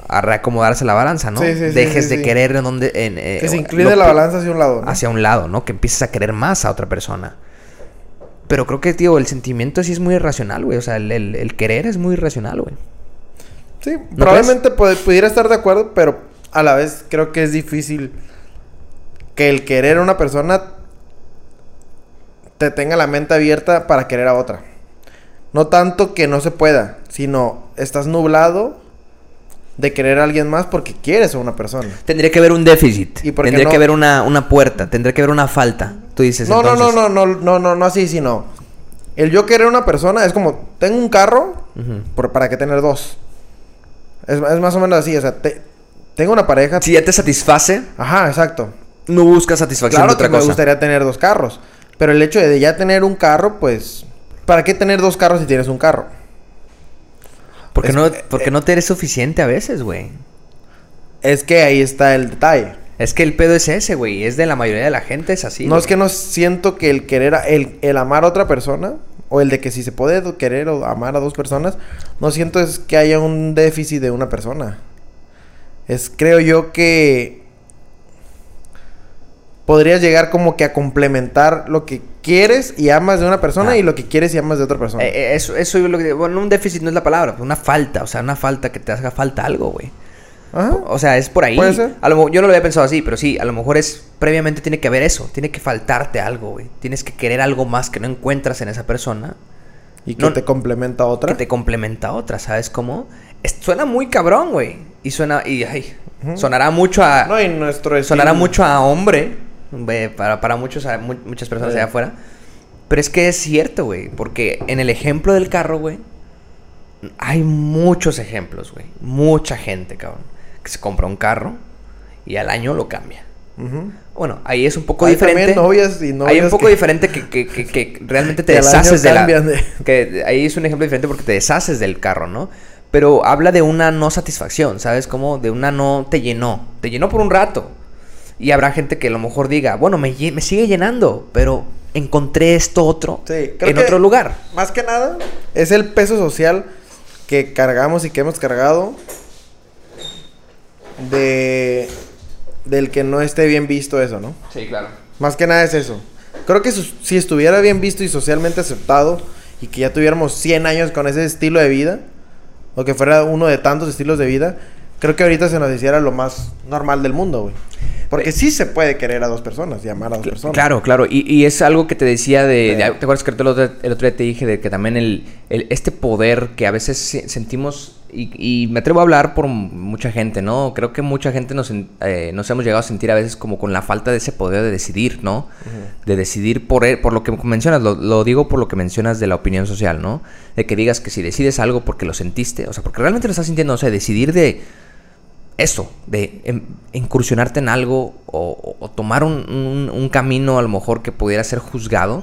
Speaker 1: a reacomodarse la balanza, ¿no?
Speaker 2: Sí, sí, sí,
Speaker 1: Dejes
Speaker 2: sí,
Speaker 1: de
Speaker 2: sí.
Speaker 1: querer en donde en, eh,
Speaker 2: Que se
Speaker 1: lo
Speaker 2: incline la
Speaker 1: que-
Speaker 2: balanza hacia un lado, ¿no?
Speaker 1: hacia un lado, ¿no? Que empieces a querer más a otra persona. Pero creo que, tío, el sentimiento sí es muy irracional, güey. O sea, el, el- el querer es muy irracional, güey.
Speaker 2: Sí, probablemente pu- pudiera estar de acuerdo, pero a la vez creo que es difícil que el querer a una persona te tenga la mente abierta para querer a otra. No tanto que no se pueda, sino estás nublado de querer a alguien más porque quieres a una persona.
Speaker 1: Tendría que haber un déficit.
Speaker 2: ¿Y por qué
Speaker 1: Tendría
Speaker 2: no?
Speaker 1: que haber una, una puerta. Tendría que haber una falta. Tú dices,
Speaker 2: No, no, no,
Speaker 1: entonces-
Speaker 2: no, no, no, no, no así, sino el yo querer a una persona es como tengo un carro,
Speaker 1: Ujú.
Speaker 2: por- ¿para qué tener dos? Es, es más o menos así, o sea, te- tengo una pareja.
Speaker 1: Si ya te satisface,
Speaker 2: Ajá, exacto.
Speaker 1: no buscas satisfacción
Speaker 2: Claro
Speaker 1: de otra
Speaker 2: que
Speaker 1: cosa.
Speaker 2: me gustaría tener dos carros, pero el hecho de ya tener un carro, pues, ¿para qué tener dos carros si tienes un carro?
Speaker 1: Porque,
Speaker 2: Es-
Speaker 1: no, porque no te eres suficiente a veces, güey.
Speaker 2: Es que ahí está el detalle.
Speaker 1: Es que el pedo es ese, güey. Es de la mayoría de la gente, es así.
Speaker 2: no
Speaker 1: güey.
Speaker 2: es que no siento que el querer, a- el, el amar a otra persona, o el de que si se puede do- querer o amar a dos personas, no siento es que haya un déficit de una persona. Es, creo yo que podrías llegar como que a complementar lo que quieres y amas de una persona
Speaker 1: Ah.
Speaker 2: y lo que quieres y amas de otra persona.
Speaker 1: Eh, eh, eso, eso yo lo que. Bueno, un déficit no es la palabra, pues una falta. O sea, una falta que te haga falta algo, güey.
Speaker 2: Ajá.
Speaker 1: O sea, es por ahí.
Speaker 2: Puede ser.
Speaker 1: A lo, mo- yo no lo había pensado así, pero sí, a lo mejor es. Previamente tiene que haber eso. Tiene que faltarte algo, güey. Tienes que querer algo más que no encuentras en esa persona.
Speaker 2: Y que
Speaker 1: No-
Speaker 2: te complementa a otra.
Speaker 1: Que te complementa a otra, ¿sabes cómo? Es- suena muy cabrón, güey. Y suena. Y ay, sonará mucho a.
Speaker 2: No, y nuestro estilo-
Speaker 1: Sonará mucho a hombre, ve, para, para muchos, a mu- muchas personas
Speaker 2: Sí.
Speaker 1: allá afuera. Pero es que es cierto, güey. Porque en el ejemplo del carro, güey, hay muchos ejemplos, güey. Mucha gente, cabrón, que se compra un carro y al año lo cambia.
Speaker 2: Ujú.
Speaker 1: Bueno, ahí es un poco
Speaker 2: Hay también
Speaker 1: diferente.
Speaker 2: novias y novios
Speaker 1: Hay un poco
Speaker 2: que-
Speaker 1: diferente que, que- que- que realmente te
Speaker 2: Que al año
Speaker 1: deshaces de la.
Speaker 2: cambian de-
Speaker 1: Que ahí es un ejemplo diferente porque te deshaces del carro, ¿no? Pero habla de una no satisfacción, ¿sabes? Como de una no te llenó. Te llenó por un rato. Y habrá gente que a lo mejor diga, bueno, me, lle- me sigue llenando, pero encontré esto otro
Speaker 2: Sí, creo
Speaker 1: en
Speaker 2: que
Speaker 1: otro lugar.
Speaker 2: Más que nada, es el peso social que cargamos y que hemos cargado de del que no esté bien visto eso, ¿no?
Speaker 1: Sí, claro.
Speaker 2: Más que nada es eso. Creo que sus- si estuviera bien visto y socialmente aceptado y que ya tuviéramos 100 años con ese estilo de vida, o que fuera uno de tantos estilos de vida, creo que ahorita se nos hiciera lo más normal del mundo, güey. Porque sí se puede querer a dos personas y amar a dos personas.
Speaker 1: Claro, claro. Y, y es algo que te decía de,
Speaker 2: Sí.
Speaker 1: de- ¿Te acuerdas que el otro, el otro día te dije de que también el, el- este poder que a veces se- sentimos... Y, y me atrevo a hablar por m- mucha gente, ¿no? Creo que mucha gente nos, en- eh, nos hemos llegado a sentir a veces como con la falta de ese poder de decidir, ¿no? De decidir por, e- por lo que mencionas. Lo, lo digo por lo que mencionas de la opinión social, ¿no? De que digas que si decides algo porque lo sentiste, o sea, porque realmente lo estás sintiendo, o sea, decidir de eso, de em- incursionarte en algo o, o- o tomar un, un- un camino a lo mejor que pudiera ser juzgado,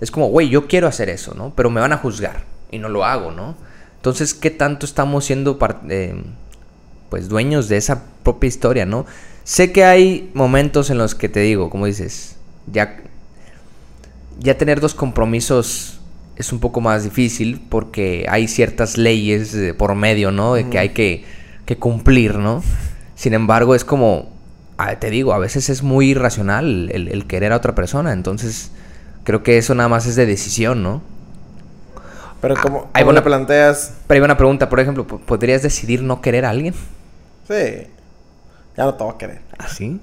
Speaker 1: es como, güey, yo quiero hacer eso, ¿no? Pero me van a juzgar y no lo hago, ¿no? Entonces, ¿qué tanto estamos siendo par- eh, pues dueños de esa propia historia, ¿no? Sé que hay momentos en los que te digo, como dices, ya, ya tener dos compromisos es un poco más difícil porque hay ciertas leyes eh, por medio, ¿no? De que hay que, que cumplir, ¿no? Sin embargo, es como, ah, te digo, a veces es muy irracional el, el querer a otra persona, entonces creo que eso nada más es de decisión, ¿no?
Speaker 2: Pero como,
Speaker 1: ahí
Speaker 2: como
Speaker 1: va
Speaker 2: lo
Speaker 1: una-
Speaker 2: planteas,
Speaker 1: Pero hay una pregunta, por ejemplo, ¿po- ¿podrías decidir no querer a alguien?
Speaker 2: sí. Ya no te voy a querer.
Speaker 1: ¿Así?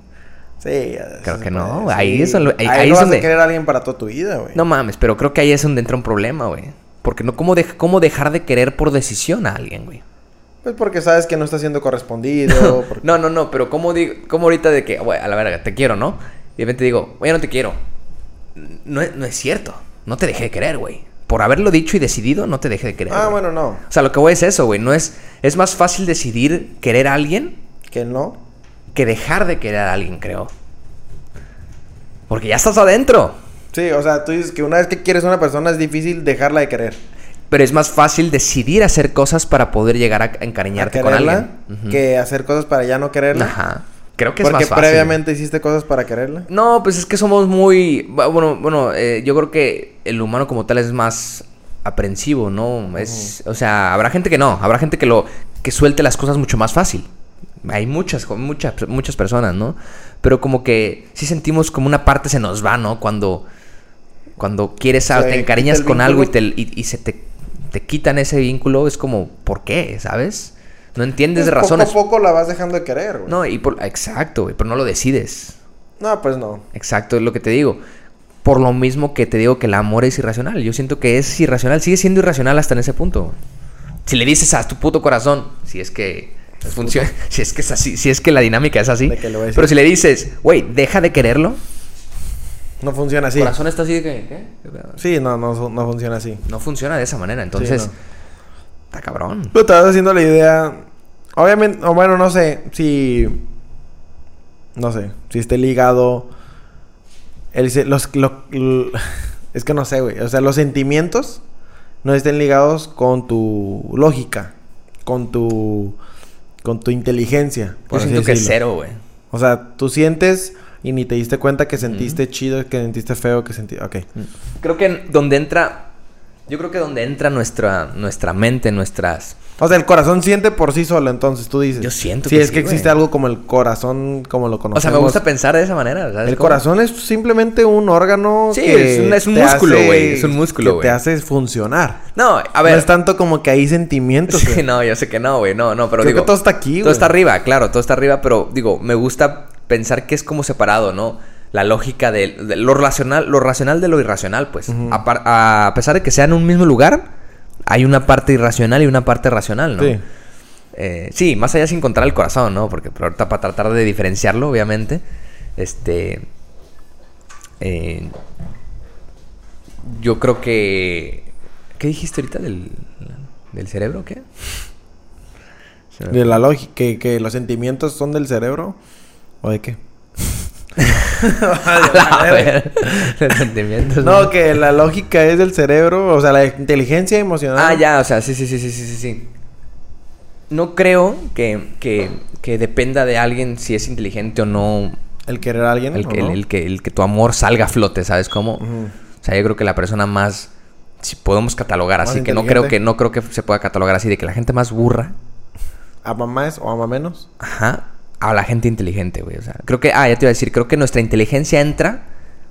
Speaker 2: Sí. ya-
Speaker 1: Creo
Speaker 2: sí
Speaker 1: que
Speaker 2: se
Speaker 1: no,
Speaker 2: puede,
Speaker 1: ahí
Speaker 2: sí.
Speaker 1: es donde- ahí-
Speaker 2: Ahí,
Speaker 1: ahí
Speaker 2: no vas
Speaker 1: es donde-
Speaker 2: a querer a alguien para toda tu vida, güey.
Speaker 1: No mames, pero creo que ahí es donde entra un problema, güey. Porque no, ¿cómo, de- ¿cómo dejar de querer por decisión a alguien, güey?
Speaker 2: Pues porque sabes que no está siendo correspondido. porque-
Speaker 1: No, no, no, pero ¿cómo, digo, cómo ahorita de que, "Ah, güey, a la verga, te quiero, ¿no? Y de repente digo, güey, no te quiero. No, es- no es cierto. No te dejé de querer, güey. Por haberlo dicho y decidido, no te dejé de querer.
Speaker 2: ah,
Speaker 1: güey.
Speaker 2: bueno, no.
Speaker 1: O sea, lo que voy es eso, güey. No es, es más fácil decidir querer a alguien
Speaker 2: Que no.
Speaker 1: que dejar de querer a alguien, creo. Porque ya estás adentro.
Speaker 2: Sí, o sea, tú dices que una vez que quieres a una persona es difícil dejarla de querer.
Speaker 1: Pero es más fácil decidir hacer cosas para poder llegar a
Speaker 2: A
Speaker 1: encariñarte con
Speaker 2: quererla
Speaker 1: alguien. Ujú.
Speaker 2: que hacer cosas para ya no quererla.
Speaker 1: Ajá. Creo que es
Speaker 2: Porque
Speaker 1: más fácil.
Speaker 2: previamente hiciste cosas para quererla.
Speaker 1: No, pues es que somos muy. bu- Bueno, bueno, eh, yo creo que el humano como tal es más aprensivo, ¿no? Es, O sea, habrá gente que no, habrá gente que lo que suelte las cosas mucho más fácil. Hay muchas, jo- muchas, muchas personas, ¿no? Pero como que sí sentimos como una parte se nos va, ¿no? Cuando, cuando quieres, a-
Speaker 2: Se
Speaker 1: te
Speaker 2: quita
Speaker 1: encariñas
Speaker 2: el
Speaker 1: con algo y, te,
Speaker 2: vínculo.
Speaker 1: y, y se te, te quitan ese vínculo, es como, ¿por qué? ¿Sabes? No entiendes
Speaker 2: Pues
Speaker 1: de razones.
Speaker 2: Poco a poco la vas dejando de querer, güey. No.
Speaker 1: No, y por, exacto, güey, pero no lo decides.
Speaker 2: pues no.
Speaker 1: Exacto, es lo que te digo. Por lo mismo que te digo que el amor es irracional. Yo siento que es irracional. Sigue siendo irracional hasta en ese punto. Si le dices a tu puto corazón, si es que funciona, si es que es así, si es que la dinámica es así.
Speaker 2: De que le voy a decir.
Speaker 1: Pero si le dices, güey, deja de quererlo,
Speaker 2: No funciona así.
Speaker 1: el corazón está así de que, ¿qué?
Speaker 2: Sí, no, no, no funciona así.
Speaker 1: No funciona de esa manera. Entonces,
Speaker 2: no.
Speaker 1: está cabrón.
Speaker 2: Pero te vas haciendo la idea. Obviamente, o bueno, no sé si. No sé, si esté ligado. El, se- los, lo- l- es que no sé, güey. O sea, los sentimientos no estén ligados con tu lógica, con tu. con tu inteligencia.
Speaker 1: Yo
Speaker 2: por así
Speaker 1: siento que es
Speaker 2: decirlo.
Speaker 1: cero, güey.
Speaker 2: O sea, tú sientes y ni te diste cuenta que sentiste chido, que sentiste feo, que sentiste. Ok.
Speaker 1: Creo que en- donde entra. Yo creo que donde entra nuestra, nuestra mente, nuestras.
Speaker 2: O sea, el corazón siente por sí solo, entonces tú dices.
Speaker 1: Yo siento
Speaker 2: Si
Speaker 1: que
Speaker 2: es que
Speaker 1: sí,
Speaker 2: existe
Speaker 1: güey.
Speaker 2: algo como el corazón, como lo
Speaker 1: o
Speaker 2: conocemos.
Speaker 1: sea, me gusta pensar de esa manera. ¿sabes
Speaker 2: El
Speaker 1: cómo?
Speaker 2: corazón es simplemente un órgano.
Speaker 1: Sí,
Speaker 2: que
Speaker 1: es un- es un
Speaker 2: te
Speaker 1: músculo,
Speaker 2: hace-
Speaker 1: güey, es un músculo,
Speaker 2: Que
Speaker 1: güey.
Speaker 2: te hace funcionar.
Speaker 1: No, a ver.
Speaker 2: No es tanto como que hay sentimientos.
Speaker 1: Sí,
Speaker 2: güey.
Speaker 1: no, yo sé que no, güey. No, no, pero
Speaker 2: Creo
Speaker 1: digo.
Speaker 2: que todo está aquí,
Speaker 1: Todo
Speaker 2: güey.
Speaker 1: está arriba, claro, todo está arriba, pero digo, me gusta pensar que es como separado, ¿no? La lógica de, de lo racional, lo racional de lo irracional, pues. Apar- a, pesar de que sea en un mismo lugar, hay una parte irracional y una parte racional, ¿no?
Speaker 2: Sí.
Speaker 1: Eh, sí, más allá sin encontrar el corazón, ¿no? Porque pero ahorita para tratar de diferenciarlo, obviamente, este... eh, yo creo que... ¿Qué dijiste ahorita del, del cerebro? ¿Qué? Se me-
Speaker 2: De la lógica, que, que los sentimientos son del cerebro. ¿O de qué?
Speaker 1: A ver, los sentimientos,
Speaker 2: Ah, No,
Speaker 1: ¿no?
Speaker 2: que la lógica es del cerebro. O sea, la inteligencia emocional.
Speaker 1: Ah, ya, o sea, sí, sí, sí, sí, sí, sí, sí. No creo que, que, que dependa de alguien si es inteligente o no
Speaker 2: El querer a alguien.
Speaker 1: el,
Speaker 2: ¿o
Speaker 1: que- el-
Speaker 2: no?
Speaker 1: el que, el que tu amor salga a flote, ¿sabes cómo? O sea, yo creo que la persona más, si podemos catalogar
Speaker 2: Más
Speaker 1: así, que no creo
Speaker 2: inteligente.
Speaker 1: que, no creo que se pueda catalogar así, de que la gente más burra,
Speaker 2: ¿Ama más o ama menos?
Speaker 1: ajá, a la gente inteligente, güey. O sea, creo que, ah, ya te iba a decir, creo que nuestra inteligencia entra,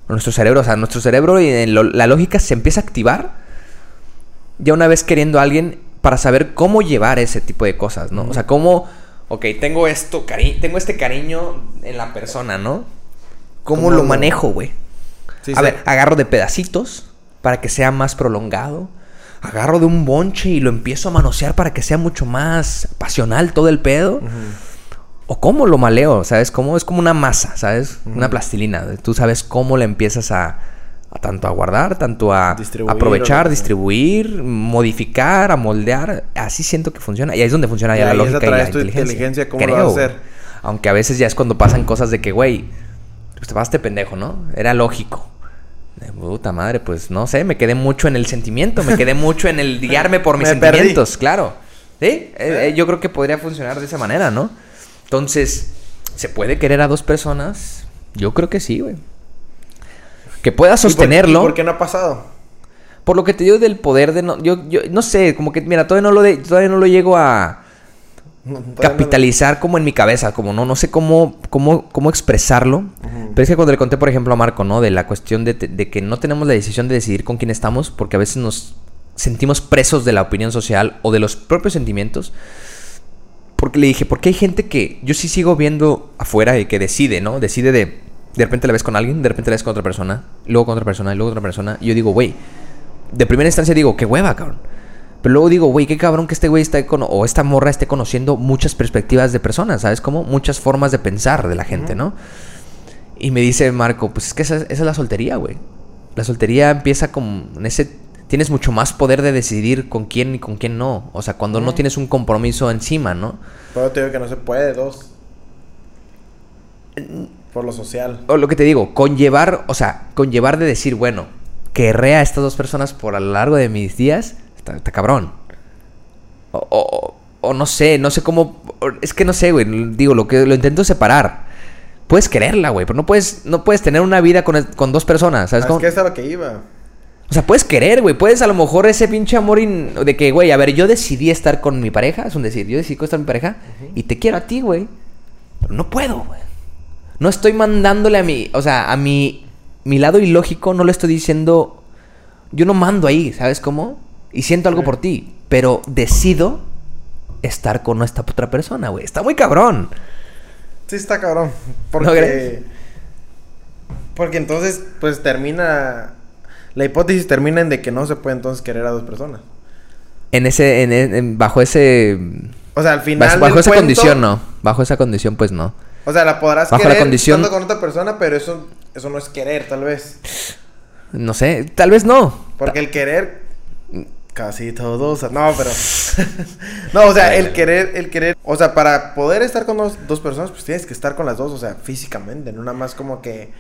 Speaker 1: nuestro cerebro, o sea, nuestro cerebro y en lo- la lógica se empieza a activar ya una vez queriendo a alguien para saber cómo llevar ese tipo de cosas, ¿no? O sea, cómo, ok, tengo esto, cari tengo este cariño en la persona, ¿no? ¿Cómo,
Speaker 2: ¿Cómo
Speaker 1: lo
Speaker 2: lo-
Speaker 1: manejo, güey?
Speaker 2: Sí,
Speaker 1: a
Speaker 2: sí.
Speaker 1: ver, agarro de pedacitos para que sea más prolongado. Agarro de un bonche y lo empiezo a manosear para que sea mucho más pasional todo el pedo. O cómo lo maleo, ¿sabes? Cómo es como una masa, ¿sabes? Una plastilina. Tú sabes cómo la empiezas a, a tanto a guardar, tanto a
Speaker 2: Distribuir,
Speaker 1: aprovechar,
Speaker 2: o-
Speaker 1: distribuir, modificar, a moldear. Así siento que funciona. Y ahí es donde funciona
Speaker 2: Y
Speaker 1: ya la
Speaker 2: ahí es a
Speaker 1: lógica y
Speaker 2: través
Speaker 1: la
Speaker 2: de tu
Speaker 1: inteligencia.
Speaker 2: inteligencia, cómo lo vas a
Speaker 1: güey.
Speaker 2: hacer.
Speaker 1: Aunque a veces ya es cuando pasan cosas de que, güey, pues te pasaste pendejo, ¿no? Era lógico. Eh, Puta madre, pues no sé, me quedé mucho en el sentimiento, me quedé mucho en el guiarme por mis
Speaker 2: Me perdí.
Speaker 1: sentimientos, claro. Sí, eh, eh, yo creo que podría funcionar de esa manera, ¿no? Entonces, ¿se puede querer a dos personas? Yo creo que sí, güey. Que puedas
Speaker 2: ¿Y por-
Speaker 1: sostenerlo.
Speaker 2: y
Speaker 1: Por,
Speaker 2: ¿Por qué no ha pasado?
Speaker 1: lo que te digo del poder de no, yo, yo no sé, como que mira, todavía no lo de- todavía no lo llego a,
Speaker 2: No, todavía no-
Speaker 1: capitalizar como en mi cabeza, como no, no sé cómo, cómo, cómo expresarlo. Pero es que cuando le conté, por ejemplo, a Marco, ¿no? De la cuestión de, te- de que no tenemos la decisión de decidir con quién estamos, porque a veces nos sentimos presos de la opinión social o de los propios sentimientos. Porque le dije, porque hay gente que yo sí sigo viendo afuera y que decide, ¿no? Decide de. De repente la ves con alguien, de repente la ves con otra persona, luego con otra persona, y luego otra persona. Y yo digo, güey, de primera instancia digo, qué hueva, cabrón. Pero luego digo, güey, qué cabrón que este güey está cono- o esta morra esté conociendo muchas perspectivas de personas, ¿sabes cómo? Muchas formas de pensar de la gente, ¿no? Y me dice Marco, pues es que esa, esa es la soltería, güey. La soltería empieza con ese... Tienes mucho más poder de decidir con quién y con quién no. O sea, cuando no tienes un compromiso encima, ¿no?
Speaker 2: Pero te digo que no se puede, dos. Por lo social.
Speaker 1: o lo que te digo, conllevar, o sea, conllevar de decir, bueno, querré a estas dos personas por a lo largo de mis días, está, está cabrón. O, o- o- o no sé, no sé cómo, o- es que no sé, güey, digo, lo que lo intento separar. Puedes quererla, güey, pero no puedes, no puedes tener una vida con, con dos personas,
Speaker 2: Ah,
Speaker 1: ¿sabes?
Speaker 2: Es,
Speaker 1: cómo?
Speaker 2: que es a lo que iba.
Speaker 1: O sea, puedes querer, güey. Puedes a lo mejor ese pinche amor in- de que, güey, a ver, yo decidí estar con mi pareja. Es un decir, yo decidí estar con mi pareja y te quiero a ti, güey. Pero no puedo, güey. No estoy mandándole a mi, o sea, a mi, mi lado ilógico, no le estoy diciendo, yo no mando ahí, ¿sabes cómo? Y siento algo
Speaker 2: Sí.
Speaker 1: por ti, pero decido estar con esta otra persona, güey. Está muy cabrón.
Speaker 2: Sí, está cabrón.
Speaker 1: ¿No
Speaker 2: Porque.
Speaker 1: crees?
Speaker 2: porque entonces, pues termina. La hipótesis termina en de que no se puede entonces querer a dos personas.
Speaker 1: En ese, en- en- bajo ese,
Speaker 2: O sea, al final.
Speaker 1: bajo
Speaker 2: del
Speaker 1: esa
Speaker 2: cuento,
Speaker 1: condición no, bajo esa condición pues no.
Speaker 2: O sea, la podrás
Speaker 1: Bajo la
Speaker 2: querer
Speaker 1: condición-
Speaker 2: estando con otra persona, pero eso, eso no es querer, tal vez.
Speaker 1: No sé, tal vez no.
Speaker 2: Porque el querer. Casi todos. No, pero. no, o sea, el querer, el querer. O sea, para poder estar con dos, dos personas, pues tienes que estar con las dos, o sea, físicamente, no nada más como que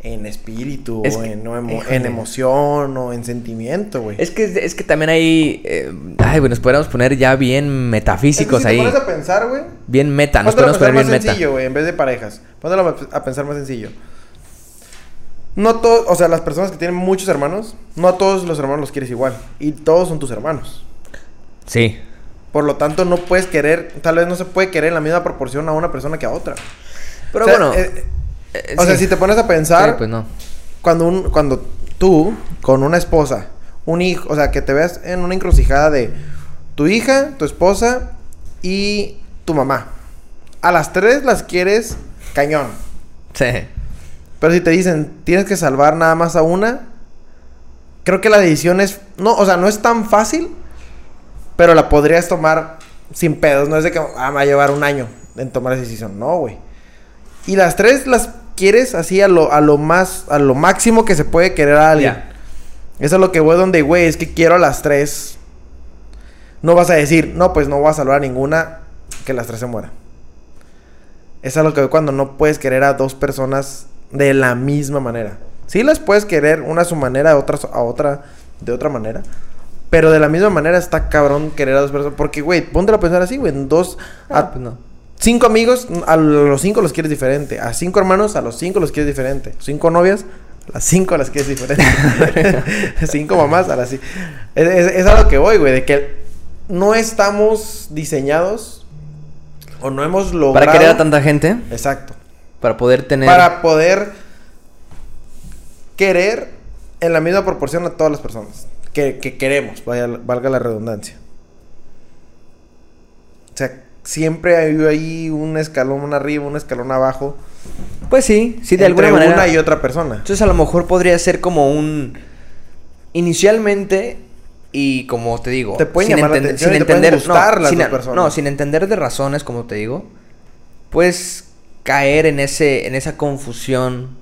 Speaker 2: en espíritu,
Speaker 1: Es
Speaker 2: o
Speaker 1: que-
Speaker 2: en, no emo-
Speaker 1: híjole.
Speaker 2: en emoción, o en sentimiento, güey.
Speaker 1: Es que, es que también hay. eh, ay, güey, nos podríamos poner ya bien
Speaker 2: Es que
Speaker 1: metafísicos
Speaker 2: si
Speaker 1: ahí.
Speaker 2: te pones a pensar, güey.
Speaker 1: Bien meta, nos
Speaker 2: Póntelo a
Speaker 1: podemos poner
Speaker 2: pensar más
Speaker 1: bien meta.
Speaker 2: sencillo, güey, en vez de parejas. Póntelo a- a pensar más sencillo. No todos, o sea, las personas que tienen muchos hermanos, no a todos los hermanos los quieres igual. Y todos son tus hermanos.
Speaker 1: Sí.
Speaker 2: Por lo tanto, no puedes querer, tal vez no se puede querer en la misma proporción a una persona que a otra.
Speaker 1: Pero
Speaker 2: O sea,
Speaker 1: bueno.
Speaker 2: eh,
Speaker 1: eh,
Speaker 2: o sea,
Speaker 1: sí.
Speaker 2: si te pones a pensar,
Speaker 1: Sí, pues no.
Speaker 2: cuando, un, cuando tú, con una esposa, un hijo, o sea, que te veas en una encrucijada de tu hija, tu esposa y tu mamá. A las tres las quieres cañón.
Speaker 1: Sí.
Speaker 2: Pero si te dicen, tienes que salvar nada más a una, creo que la decisión es, no, o sea, no es tan fácil, pero la podrías tomar sin pedos. No es de que ah, me va a llevar un año en tomar esa decisión. No, güey. Y las tres las quieres así a lo, a lo más, a lo máximo que se puede querer a alguien.
Speaker 1: Ya.
Speaker 2: Eso es lo que voy donde, güey, es que quiero a las tres. No vas a decir, no, pues no voy a salvar a ninguna, que las tres se mueran. Es a lo que voy cuando no puedes querer a dos personas de la misma manera. Sí las puedes querer una a su manera, otra a su- a otra, de otra manera. Pero de la misma manera está cabrón querer a dos personas. Porque, güey, póntelo a pensar así, güey. en Dos, a
Speaker 1: Ah, pues no.
Speaker 2: cinco amigos, a los cinco los quieres diferente. A cinco hermanos, a los cinco los quieres diferente. Cinco novias, a las cinco las quieres diferente. cinco mamás, a las cinco. Es, es- es a lo que voy, güey. De que no estamos diseñados o no hemos logrado.
Speaker 1: Para querer a tanta gente,
Speaker 2: Exacto.
Speaker 1: para poder tener.
Speaker 2: Para poder querer en la misma proporción a todas las personas que, que queremos, vaya- valga la redundancia. O sea, siempre hay ahí un escalón arriba, un escalón abajo.
Speaker 1: Pues sí, sí, de
Speaker 2: entre
Speaker 1: alguna manera.
Speaker 2: una y otra persona.
Speaker 1: Entonces a lo mejor podría ser como un... Inicialmente, y como te digo...
Speaker 2: Te pueden llamar la
Speaker 1: entender-
Speaker 2: atención y te pueden
Speaker 1: no,
Speaker 2: gustar las
Speaker 1: sin,
Speaker 2: dos personas.
Speaker 1: No, sin entender de razones, como te digo, pues caer en, ese, en esa confusión